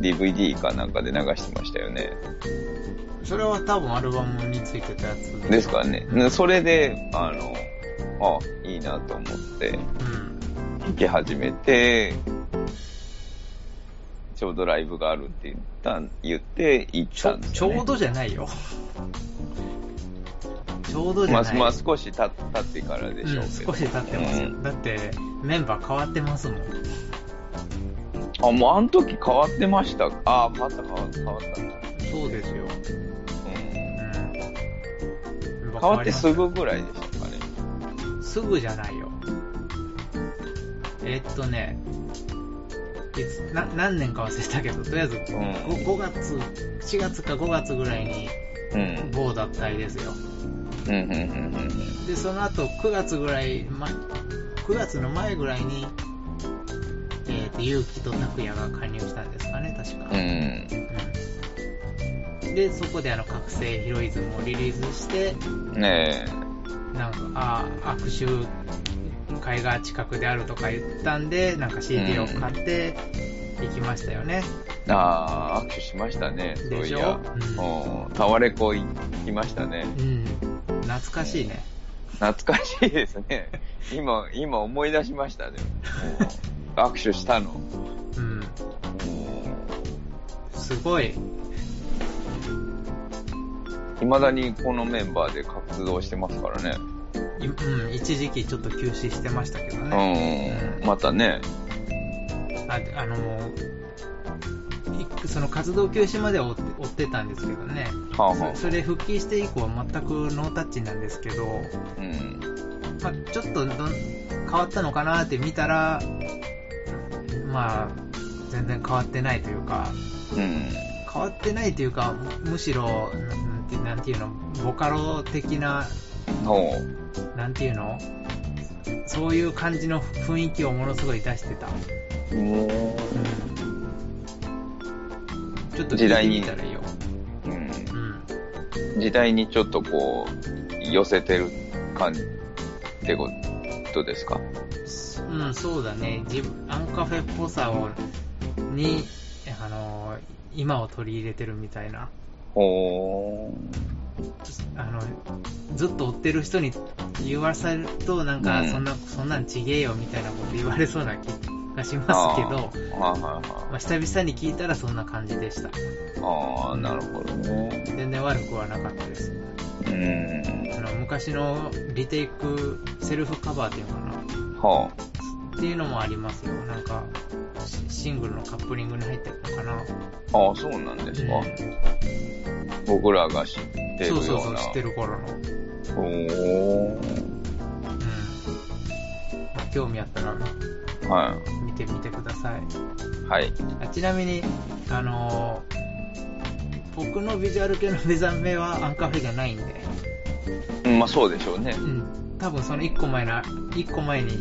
Speaker 2: DVD かなんかで流してましたよね。
Speaker 1: それは多分アルバムについてたやつで
Speaker 2: ですからね。なそれで、あの、あ、いいなと思って、
Speaker 1: うん
Speaker 2: 行き始めて、ちょうどライブがあるって言った、言って行っ
Speaker 1: ち
Speaker 2: た
Speaker 1: ょ
Speaker 2: んですよ、ね。
Speaker 1: ちょうどじゃないよちょうどじ
Speaker 2: ま
Speaker 1: ゃ
Speaker 2: あ
Speaker 1: ない、
Speaker 2: まあ少し経経ってからでしょうけど。
Speaker 1: うん、少し経ってますよ、
Speaker 2: うん
Speaker 1: だってメンバー変わってますもん
Speaker 2: あ、もうあの時変わってました。ああ、変わった変わった変わった、
Speaker 1: そうですよ、
Speaker 2: うん。
Speaker 1: うん、
Speaker 2: 変わってすぐぐらいでしたかね。
Speaker 1: すぐじゃないよえっとねいつな何年か忘れたけどとりあえず 5, 5月4月か5月ぐらいに
Speaker 2: うん。
Speaker 1: 某脱退ですよ
Speaker 2: うん、うん、うん、
Speaker 1: でその後9月ぐらい、ま、9月の前ぐらいにえーと結城と拓也が加入したんですかね確か
Speaker 2: うん。う
Speaker 1: うんでそこであの覚醒ヒロイズムをリリースして
Speaker 2: ん。ね
Speaker 1: なんかあー握手会が近くであるとか言ったんでなんか CD を買って行きましたよね、
Speaker 2: え。ああ、握手しましたね。そう
Speaker 1: で
Speaker 2: い
Speaker 1: しょ。
Speaker 2: やうん。タワレコ行きましたね。
Speaker 1: うん懐かしいね
Speaker 2: 懐かしいですね。今、今思い出しましたね。もう握手したの。
Speaker 1: うん
Speaker 2: い
Speaker 1: すごい
Speaker 2: まだにこのメンバーで活動してますからね。
Speaker 1: いうん、一時期ちょっと休止してましたけどね、
Speaker 2: うん。またね。
Speaker 1: ああのいその活動休止までは追って追ってたんですけどね
Speaker 2: はあ、は
Speaker 1: そそれ復帰して以降は全くノータッチなんですけど、
Speaker 2: あ、うん。
Speaker 1: まあ、ちょっとどん変わったのかなって見たらまあ全然変わってないというか
Speaker 2: うん。
Speaker 1: 変わってないというかむむしろなんてなんていうのボカロ的な
Speaker 2: ほ
Speaker 1: なんていうのそういう感じの雰囲気をものすごい出してた、
Speaker 2: う。も
Speaker 1: ちょっと聞いてみたらいいよ、
Speaker 2: う、うん。
Speaker 1: うん、
Speaker 2: 時代にちょっとこう、寄せてる感じってことですか
Speaker 1: そうん、そうだね自分アンカフェっぽさをにあの今を取り入れてるみたいな
Speaker 2: ほ
Speaker 1: あのずっと追ってる人に言わされるとなんか、
Speaker 2: うん
Speaker 1: そんなそんなんちげえよみたいなこと言われそうな気がし
Speaker 2: ー。
Speaker 1: ますけど
Speaker 2: あーはいはいは
Speaker 1: まあ、久々に聞いたらそんな感じでした
Speaker 2: い。ああ、なるほどね。
Speaker 1: 全然悪くはなかったです
Speaker 2: うん。
Speaker 1: あの昔のリテイクセルフカバーっていうのかな
Speaker 2: は
Speaker 1: っていうのもありますよなんかシシングルのカップリングに入ってるのかな
Speaker 2: あ。ああ、そうなんですか。
Speaker 1: うん
Speaker 2: 僕らが知ってるよう
Speaker 1: そう
Speaker 2: な。
Speaker 1: そうそう知ってる頃の、うん
Speaker 2: ほー。
Speaker 1: まあ興味あったら
Speaker 2: は
Speaker 1: 見てみてください
Speaker 2: い。はい。
Speaker 1: あちなみにあのー僕のビジュアル系の目覚めはアンカフェじゃないんで、
Speaker 2: うんまあそうでしょうね
Speaker 1: う。ん、多分その1個前の1個前に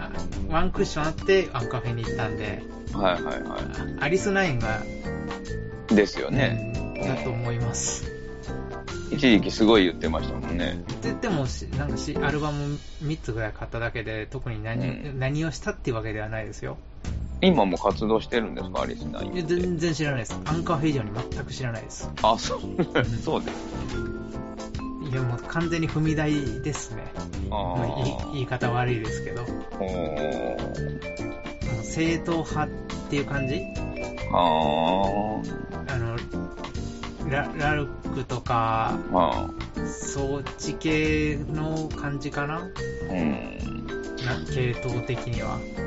Speaker 1: あワンクッションあってアンカフェに行ったんで
Speaker 2: はいはいは
Speaker 1: あアリスナインが、
Speaker 2: い。ですよね。
Speaker 1: うんだと思います
Speaker 2: 一時期すごい言ってましたもんね。
Speaker 1: って言ってもしなんかしアルバム3つぐらい買っただけで特に何,、
Speaker 2: うん
Speaker 1: 何をしたっていうわけではないですよ
Speaker 2: 今も活動してるんですかアリスナイ
Speaker 1: いや
Speaker 2: ンって。
Speaker 1: 全然知らないですアンカーフェ以上に全く知らないです
Speaker 2: あ、そう。 *laughs* そうです。
Speaker 1: いやもう完全に踏み台ですね
Speaker 2: あ
Speaker 1: まあい
Speaker 2: ー
Speaker 1: 言い方悪いですけども
Speaker 2: ほー
Speaker 1: う正統派っていう感じあ
Speaker 2: あ
Speaker 1: のララルクとか
Speaker 2: ー。あ
Speaker 1: 装置系の感じかなな
Speaker 2: ー。うん。
Speaker 1: 系統的には、
Speaker 2: うん、うん、うん、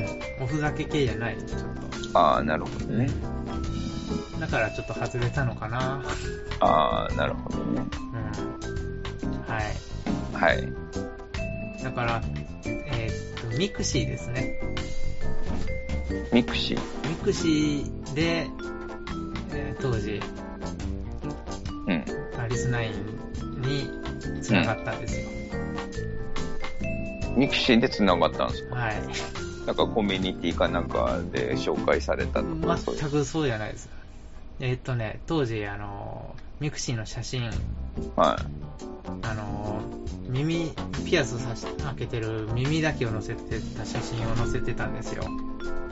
Speaker 1: う
Speaker 2: ん。
Speaker 1: ん、おふざけ系じゃないちょっ
Speaker 2: あー、なるほど
Speaker 1: と、
Speaker 2: ね。
Speaker 1: だからちょっと外れたのかな
Speaker 2: あー、なるほどね。
Speaker 1: うんはい。
Speaker 2: はい。
Speaker 1: だから、えーっと、ミクシーですね。
Speaker 2: ミクシー。
Speaker 1: ミクシーで、えー当時、
Speaker 2: うん。
Speaker 1: アリスナインに繋がったんですよ。
Speaker 2: ミクシーで繋がったんですか
Speaker 1: はい。
Speaker 2: なんかコミュニティかなんかで紹介されたとか、そういう
Speaker 1: 全くそうじゃないです。えーっとね、当時、あのー、ミクシーの写真、
Speaker 2: は
Speaker 1: あのー、耳、ピアスさし開けてる耳だけを載せてた写真を載せてたんですよ。
Speaker 2: い。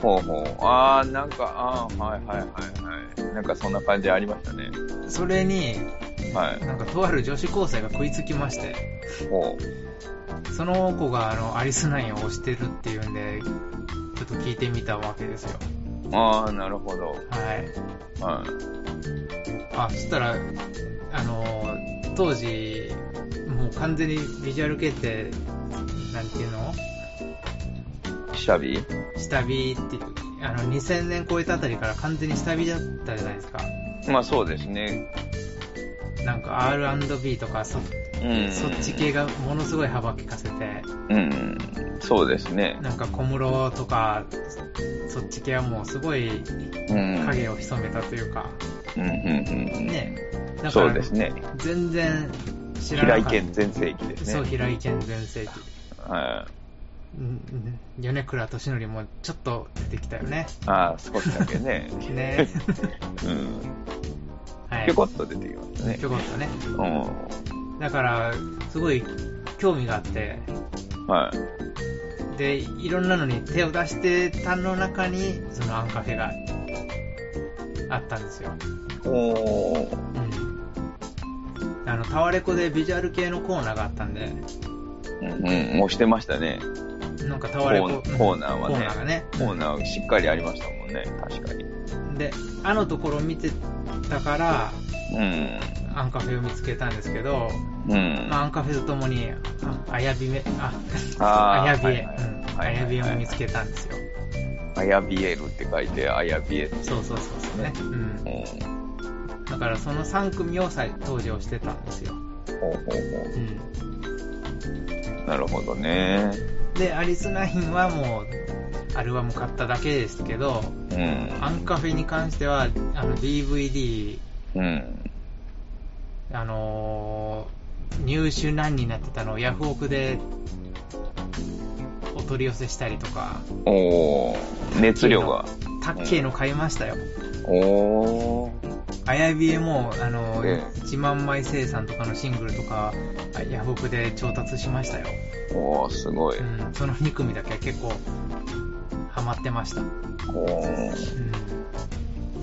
Speaker 2: ほうほう。ああ、なんか、ああ、はいはいはいはい。なんかそんな感じありましたね。
Speaker 1: それに、
Speaker 2: は
Speaker 1: なんかとある女子高生が食いつきまして、
Speaker 2: い。ほ
Speaker 1: その子があのアリスナインを押してるっていうんで、ちょっと聞いてみたわけですよ。
Speaker 2: う。ああ、なるほど。
Speaker 1: はい。
Speaker 2: は
Speaker 1: あ、そしたら、あの、当時、もう完全にビジュアル系って、なんていうの
Speaker 2: い。シャビ
Speaker 1: 下火っていう、あの、2000年超えたあたりから完全に下火だったじゃないですか。
Speaker 2: まあそうですね。
Speaker 1: なんか R&B とかそ、
Speaker 2: うん。
Speaker 1: そっち系。がものすごい幅利かせて、
Speaker 2: うんうん、そうですね。
Speaker 1: なんか小室とか、そっち系はもうすごい
Speaker 2: うん。うん、
Speaker 1: 影を潜めたというか、
Speaker 2: うん、うん。
Speaker 1: ね。だか
Speaker 2: そ
Speaker 1: ら
Speaker 2: うですね。
Speaker 1: 全然知ら
Speaker 2: 平
Speaker 1: な
Speaker 2: 井
Speaker 1: かった。
Speaker 2: 堅全盛期です
Speaker 1: そう、
Speaker 2: ね。
Speaker 1: 平井堅全盛期。
Speaker 2: あ
Speaker 1: うんうん米倉敏則もちょっと出てきたよね。
Speaker 2: あー、少しだ
Speaker 1: *laughs*
Speaker 2: けね。 *laughs*
Speaker 1: ね。
Speaker 2: うん。
Speaker 1: はい。
Speaker 2: ぴょこっと出てきますね
Speaker 1: ち。ょこっとね。
Speaker 2: うん。
Speaker 1: だから、すごい興味があって、
Speaker 2: はい。
Speaker 1: で、いろんなのに手を出してたの中に、そのアンカフェがあったんですよ。
Speaker 2: おー。
Speaker 1: うん。あの、タワレコでビジュアル系のコーナーがあったんで、
Speaker 2: うん、うん、もうしてましたね。
Speaker 1: なんかタ
Speaker 2: コ
Speaker 1: ワレコ、うん
Speaker 2: ーコーナーは
Speaker 1: コーナーが
Speaker 2: ね。
Speaker 1: ね。
Speaker 2: コーナーしっかりありましたもんね。確かに。
Speaker 1: で、あのところ見てたから、
Speaker 2: うん。
Speaker 1: アンカフェを見つけたんですけど、
Speaker 2: うん。
Speaker 1: まあ、アンカフェとともに、ああやびめ、あ、
Speaker 2: あ
Speaker 1: あ
Speaker 2: ー
Speaker 1: やび
Speaker 2: はい
Speaker 1: え
Speaker 2: はい、
Speaker 1: うんあ
Speaker 2: はいはい
Speaker 1: やびえを見つけたんですよ。
Speaker 2: あやびえるって書いて、あやびえる。
Speaker 1: そうそうそうそうね。うん。
Speaker 2: うん。
Speaker 1: だからその3組をさ当時をしてたんですよ。
Speaker 2: ほうほう
Speaker 1: うん。
Speaker 2: ほう。なるほどね。
Speaker 1: で、アリスナインはもう、アルバム買っただけですけど、
Speaker 2: うん。
Speaker 1: アンカフェに関しては、あの、DVD、
Speaker 2: うん。
Speaker 1: あのー入手難になってたのをヤフオクで、お取り寄せしたりとか、
Speaker 2: おー。熱量が。
Speaker 1: タッケーの買いましたよ。
Speaker 2: おー。
Speaker 1: あやびえも、あの、
Speaker 2: ええ
Speaker 1: 1万枚生産とかのシングルとか、あヤフオクで調達しましたよ。
Speaker 2: おー、すごい。
Speaker 1: うん、その2組だけ結構、ハマってました。うん。
Speaker 2: おー。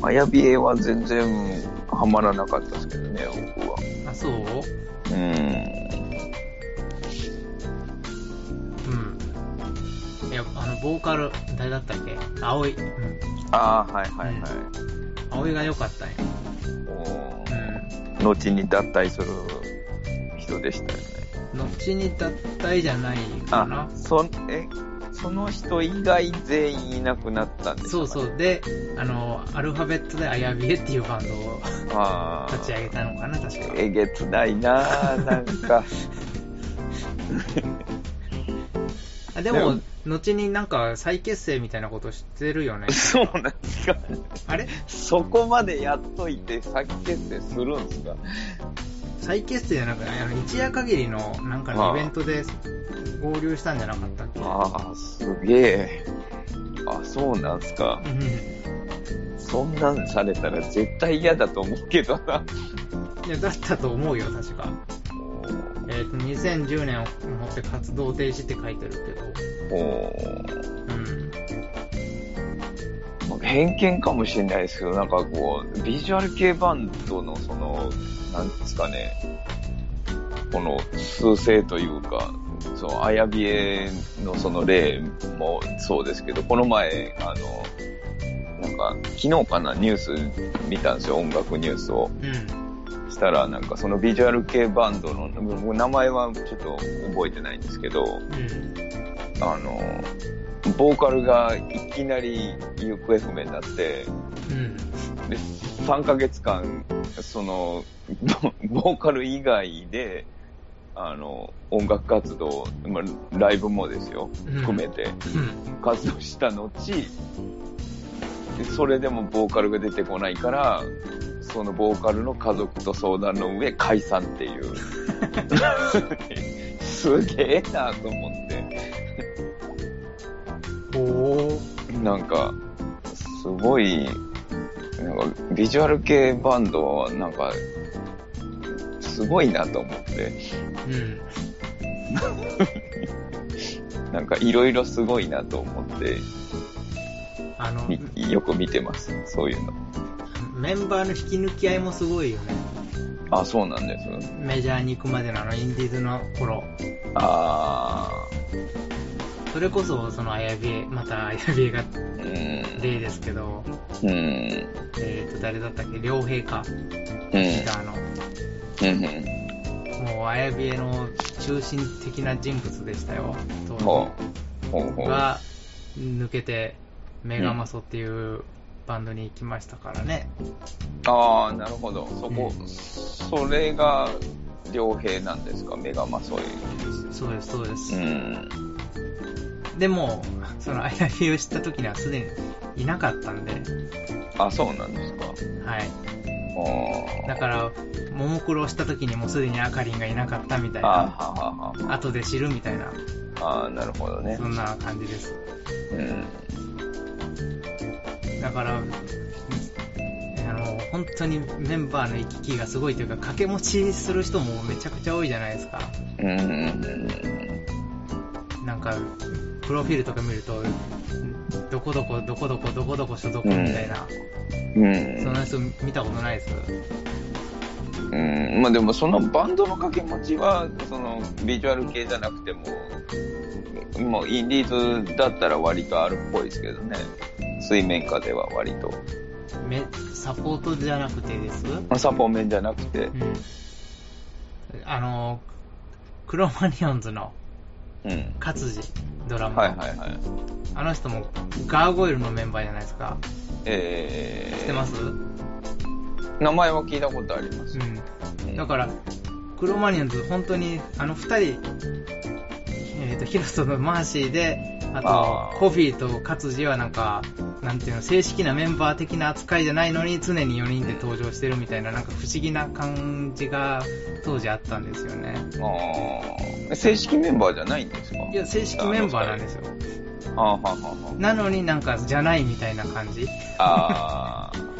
Speaker 2: あやびえは全然ハマらなかったですけどね、僕は。
Speaker 1: あ、そう
Speaker 2: うん。
Speaker 1: うん。いや、あの、ボーカル、誰だったっけ葵。うん。
Speaker 2: ああ、はいはいはい。
Speaker 1: 葵が良かったんや。
Speaker 2: お
Speaker 1: う
Speaker 2: ー
Speaker 1: ん。
Speaker 2: 後に脱退する人でしたよね。
Speaker 1: 後に脱退じゃないか
Speaker 2: あ
Speaker 1: な。、
Speaker 2: そ、え、その人以外全員いなくなったんですか。
Speaker 1: そうそうう。で、あの、アルファベットであやびえっていうバンドを
Speaker 2: ああ。
Speaker 1: 立ち上げたのかな、確か。
Speaker 2: えげつないなぁ、なんか。
Speaker 1: あで
Speaker 2: で
Speaker 1: も
Speaker 2: も、
Speaker 1: 後になんか再結成みたいなことしてるよね。
Speaker 2: そうなんですか。
Speaker 1: あれ
Speaker 2: そこまでやっといて、再結成するんですか。
Speaker 1: 再結成じゃなくて、あの、一夜限りのなんかのイベントで合流したんじゃなかったっけ
Speaker 2: ああ、すげえ。あ、そうなんすか。
Speaker 1: うん
Speaker 2: そんなんされたら絶対嫌だと思うけどな。 *laughs*
Speaker 1: いや、だったと思うよ、確か。えっ、と、2010年をもって活動停止って書いてるけ
Speaker 2: おー
Speaker 1: ど。うん。
Speaker 2: まあ偏見かもしれないですけど、なんかこう、ビジュアル系バンドのその、なんですかね、この、数勢というか、そう、あやびえのその例もそうですけど、この前、あの、なんか、昨日かな、ニュース見たんですよ、音楽ニュースを。
Speaker 1: うん。
Speaker 2: したら、なんかそのビジュアル系バンドの、僕名前はちょっと覚えてないんですけど、
Speaker 1: うん。
Speaker 2: あの、ボーカルがいきなり行方不明になって、
Speaker 1: うん。
Speaker 2: で、3ヶ月間、その、ボボーカル以外で、あの、音楽活動、まあ、ライブもですよ、
Speaker 1: うん
Speaker 2: 含めて、
Speaker 1: うん。
Speaker 2: 活動した後、でそれでもボーカルが出てこないから、そのボーカルの家族と相談の上、解散っ
Speaker 1: *laughs*
Speaker 2: ていう。すげえなと思って。
Speaker 1: おー。
Speaker 2: なんか、すごい、なんか、ビジュアル系バンドは、なんか、すごいなと思って。
Speaker 1: うん。
Speaker 2: なんか、いろいろすごいなと思って、
Speaker 1: あの、
Speaker 2: みよく見てます。そういうの。
Speaker 1: メンバーの引き抜き合いもすごいよね。
Speaker 2: あ、そうなんです。
Speaker 1: メジャーに行くまでのあの、インディーズの頃。
Speaker 2: あ
Speaker 1: それこそ、その、あやびえ、またあやびえが
Speaker 2: ー、うん。
Speaker 1: 例ですけど、
Speaker 2: うん。
Speaker 1: えっ、と、誰だったっけ両陛下
Speaker 2: う
Speaker 1: ギ
Speaker 2: ん
Speaker 1: タ。ーの。
Speaker 2: うんうん。
Speaker 1: もう、あやびえの中心的な人物でしたよ。当時
Speaker 2: ほう。ほうほう。
Speaker 1: が抜けて、メガマソっていうバンドに行きましたからね。
Speaker 2: ああ、なるほど。そこ、それが、良平なんですかメガマそういう
Speaker 1: そうです、そうです。
Speaker 2: うん。
Speaker 1: でも、その I love you を知った時にはすでにいなかったんで、
Speaker 2: あ、そうなんですか。
Speaker 1: はい。だ
Speaker 2: あー
Speaker 1: から、ももクロをした時にもうすでにあかりんがいなかったみたい
Speaker 2: あ
Speaker 1: な、
Speaker 2: はははは。
Speaker 1: 後で知るみたいな、
Speaker 2: あーなるほどね
Speaker 1: そ。んな感じです。
Speaker 2: うん。
Speaker 1: だから、うんあの、本当にメンバーの行き来がすごいというか、掛け持ちする人もめちゃくちゃ多いじゃないですか。
Speaker 2: うんうんうん
Speaker 1: なんか、プロフィールとか見ると、どこどこ、どこどこ、どこどこ所属みたいな、
Speaker 2: うん。う
Speaker 1: そん
Speaker 2: ん
Speaker 1: な人見たことないです。
Speaker 2: うん、まあでもそのバンドの掛け持ちはそのビジュアル系じゃなくてももうインディーズだったら割とあるっぽいですけどね水面下では割と
Speaker 1: め、サポートじゃなくてです
Speaker 2: まあサポメンじゃなくて
Speaker 1: うん。あの、クロマニオンズの
Speaker 2: うん
Speaker 1: 勝地ドラマ、
Speaker 2: はいはいはい
Speaker 1: あの人もガーゴイルのメンバーじゃないですか。
Speaker 2: えー、
Speaker 1: 知ってますうん。
Speaker 2: 名前は聞いたことあります、
Speaker 1: だから、クロマニオンズ、本当に、あの二人、えっ、と、ヒロトのマーシーで、あ
Speaker 2: あ
Speaker 1: と、
Speaker 2: ー
Speaker 1: コフィーと勝地はなんか、なんていうの、正式なメンバー的な扱いじゃないのに、常に4人で登場してるみたいな、なんか不思議な感じが当時あったんですよね。
Speaker 2: あー正式メンバーじゃないんですか
Speaker 1: いや、正式メンバーなんですよ。
Speaker 2: ああははは
Speaker 1: なのになんか、じゃないみたいな感じ。
Speaker 2: あー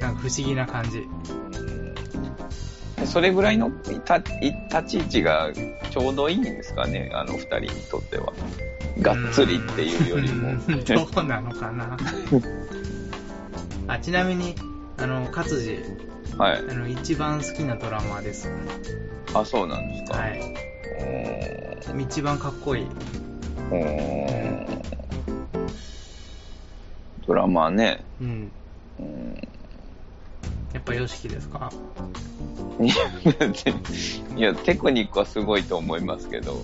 Speaker 1: なんか不思議な感じ。
Speaker 2: うんそれぐらいのたい立ち位置がちょうどいいんですかね、あの二人にとっては。がっつりっていうよりも。
Speaker 1: うんどうなのかなあちなみにあの勝地
Speaker 2: はい
Speaker 1: あ。の一番好きなドラマーです
Speaker 2: あ、そうなんですか。
Speaker 1: はい
Speaker 2: おー
Speaker 1: 一番かっこいい
Speaker 2: おードラマね。 *laughs*
Speaker 1: うん
Speaker 2: うん
Speaker 1: やっぱ YOSHIKI ですか
Speaker 2: いやいや、テクニックはすごいと思いますけど。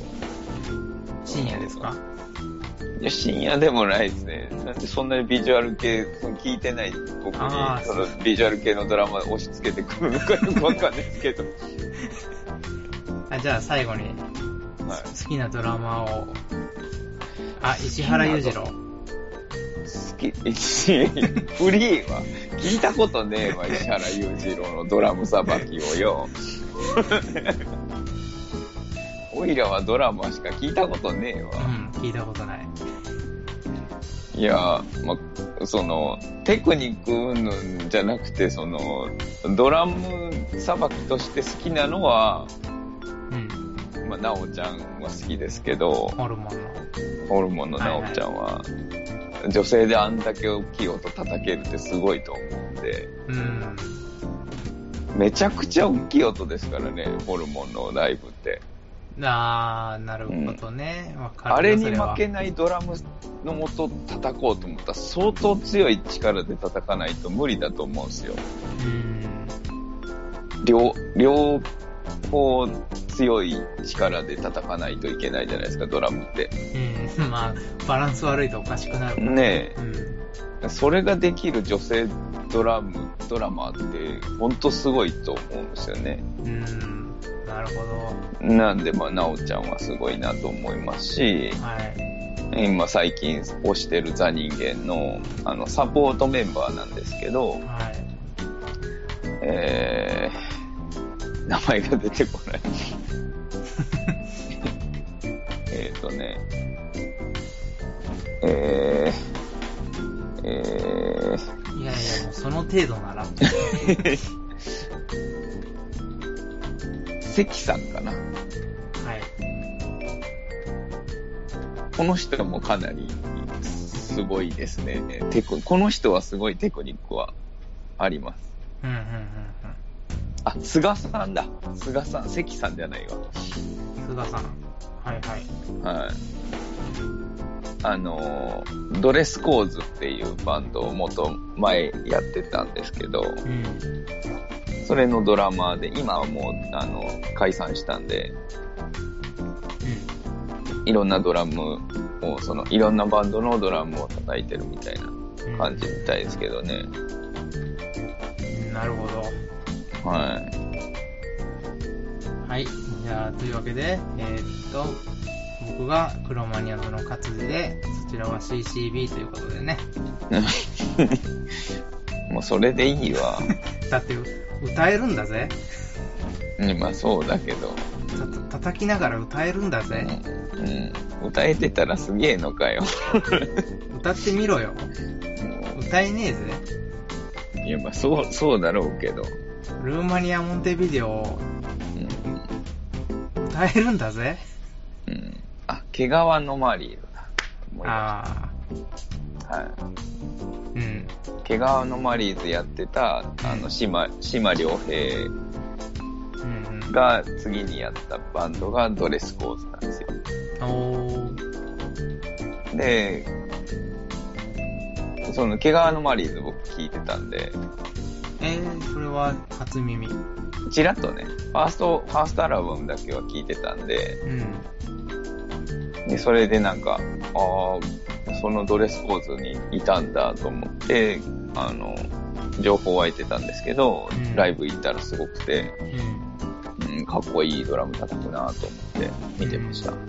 Speaker 1: 深夜ですか
Speaker 2: いや深夜でもないですね。なんでそんなにビジュアル系、その聞いてない僕
Speaker 1: あー
Speaker 2: に、そのビジュアル系のドラマ押し付けてくるのかよくわかんないですけど。
Speaker 1: あじゃあ最後に
Speaker 2: はい
Speaker 1: 好きなドラマーをあ石原裕次郎
Speaker 2: 好き、 *laughs* 一フリーは、聞いたことねえわ、石原裕次郎のドラムさばきをよ。 *laughs* おいらはドラマしか聞いたことねえわ
Speaker 1: う。ん聞いたことない
Speaker 2: いや、ま、その、テクニック云々じゃなくて、その、ドラムさばきとして好きなのは、
Speaker 1: うん
Speaker 2: まあ、なおちゃんは好きですけど、
Speaker 1: ホルモンの
Speaker 2: ホルモンのなおちゃんは、女性であんだけ大きい音叩けるってすごいと思うんで、
Speaker 1: うん
Speaker 2: めちゃくちゃ大きい音ですからね、ホルモンのライブって。
Speaker 1: あーなるほどね、わかる
Speaker 2: あれに
Speaker 1: そは
Speaker 2: 負けないドラムの音叩こうと思ったら相当強い力で叩かないと無理だと思うんですよ。
Speaker 1: うん
Speaker 2: 両、両方強い力で叩かないといけないじゃないですか、ドラムって。
Speaker 1: うん、 *laughs* まあ、バランス悪いとおかしくなるから。
Speaker 2: ねえ
Speaker 1: うん。
Speaker 2: それができる女性ドラム、ドラマーって、ほんとすごいと思うんですよね。
Speaker 1: うん。なるほど。
Speaker 2: なんで、まあ、なおちゃんはすごいなと思いますし、
Speaker 1: はい。
Speaker 2: 今最近推してるザ人間の、あの、サポートメンバーなんですけど、
Speaker 1: はい。
Speaker 2: えー、名前が出てこない。 *laughs* えっとね、えー、えー、
Speaker 1: いやいや、もうその程度なら。
Speaker 2: 関さんかな。
Speaker 1: はい。
Speaker 2: この人もかなりすごいですね。テクこの人はすごいテクニックはあります。
Speaker 1: うんうん
Speaker 2: あ、菅さんだ。菅さん、関さんじゃないわ。
Speaker 1: うんうん。菅さん。はいはい。
Speaker 2: はい。あのー、ドレスコーズっていうバンドを元前やってたんですけど、
Speaker 1: うん。
Speaker 2: それのドラマーで、今はもう、あの、解散したんで、いろんなドラムを、その、いろんなバンドのドラムを叩いてるみたいな
Speaker 1: うん。うん
Speaker 2: 感じみたいですけどね。
Speaker 1: なるほど。
Speaker 2: はい。
Speaker 1: はい。じゃあ、というわけで、えーっと、僕がクロマニアムの活字で、そちらは CCB ということでね。
Speaker 2: *laughs* もうそれでいいわ。
Speaker 1: だって、歌えるんだぜ。
Speaker 2: うんまあそうだけど、
Speaker 1: た叩きながら歌えるんだ
Speaker 2: う
Speaker 1: ぜ。
Speaker 2: んうん、歌えてたらすげえのかよ。 *laughs*
Speaker 1: 歌ってみろよ。歌えねえぜ。
Speaker 2: いやまあそう、そうだろうけど、
Speaker 1: ルーマニア・モンテビデオ、
Speaker 2: うん
Speaker 1: 歌えるんだぜ。
Speaker 2: うん、あ、毛皮のマリーだ。思いま
Speaker 1: あ
Speaker 2: したは
Speaker 1: あ、うん。
Speaker 2: い、毛皮のマリーズやってた、あの、島、島良平
Speaker 1: うんうん。
Speaker 2: が次にやったバンドがドレスコーズなんですよ。
Speaker 1: おー
Speaker 2: で、その毛皮のマリーズ僕聞いてたんで、
Speaker 1: えー、それは初耳。うん。
Speaker 2: ちらっとね、ファースト、ファーストアルバムだけは聞いてたんで、でそれでなんか、ああ、そのドレスコーズにいたんだと思って、あの、情報湧いてたんですけど、
Speaker 1: うん
Speaker 2: ライブ行ったらすごくて、
Speaker 1: うん。
Speaker 2: うん、かっこいいドラム叩くなと思って見てました。
Speaker 1: う
Speaker 2: うん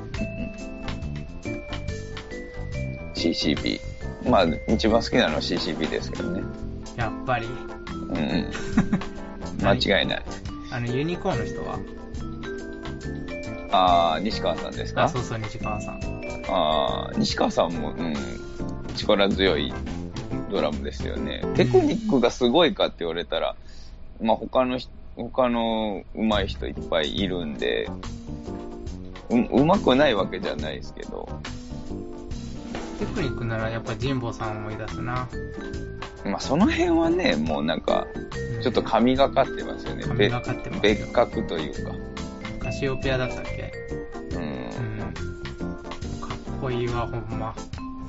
Speaker 1: ん
Speaker 2: CCB。まあ、一番好きなのは CCB ですけどね。
Speaker 1: やっぱり、
Speaker 2: う
Speaker 1: *laughs*
Speaker 2: んうん。間違いない。
Speaker 1: あの、ユニコーンの人は
Speaker 2: ああ、西川さんですか
Speaker 1: あ、そうそう、西川さん。
Speaker 2: あー西川さんも、うん、力強いドラムですよね。テクニックがすごいかって言われたら、まあ、他の人、他の上手い人いっぱいいるんで、う、上手くないわけじゃないですけど、
Speaker 1: テクニックならやっぱ神保さん思い出すな。
Speaker 2: まあ、その辺はね、もうなんか、
Speaker 1: うん
Speaker 2: ちょっと神がかってますよね。
Speaker 1: 神
Speaker 2: べ
Speaker 1: がかってますよ
Speaker 2: 別。格というか。
Speaker 1: カシオペアだったっけ
Speaker 2: うん
Speaker 1: う。ん。かっこいいわ、ほんま。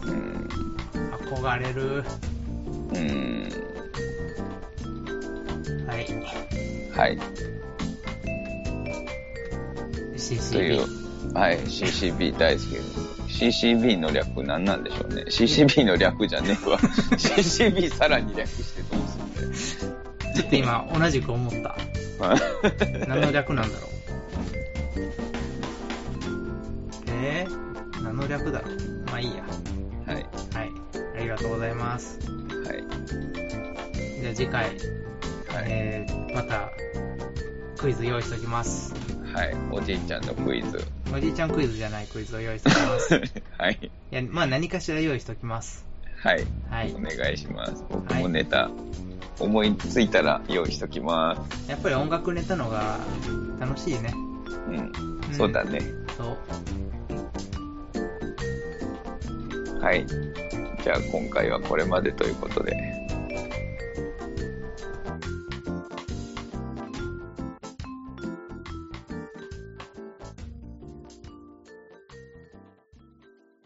Speaker 2: うん。
Speaker 1: 憧れる。
Speaker 2: うん。
Speaker 1: はい。
Speaker 2: はい。とい
Speaker 1: CCB。
Speaker 2: う、はい、CCB 大好きです。CCB の略何なんでしょうね。CCB の略じゃねえわ。CCB さらに略してどうするんだよ
Speaker 1: ちょっと今、同じく思った。
Speaker 2: はい。
Speaker 1: 何の略なんだ
Speaker 2: *laughs*
Speaker 1: ろう。えー、何の略だろう。まあいいや。
Speaker 2: はい。
Speaker 1: はい。ありがとうございます。じゃあ次回、
Speaker 2: はい。
Speaker 1: えー、また、クイズ用意しておきます。
Speaker 2: はい。おじいちゃんのクイズ。
Speaker 1: おじいちゃんクイズじゃないクイズを用意しておき
Speaker 2: *laughs*
Speaker 1: ます。い
Speaker 2: はい。
Speaker 1: や、まあ何かしら用意しておきます。
Speaker 2: はい。
Speaker 1: はい
Speaker 2: お。願いします。僕もネタ、思いついたら用意しときま
Speaker 1: やっぱり音楽ネタのが楽しいね。
Speaker 2: す。うん。そうだね。
Speaker 1: そう。
Speaker 2: はい。じゃあ今回はこれまでということで。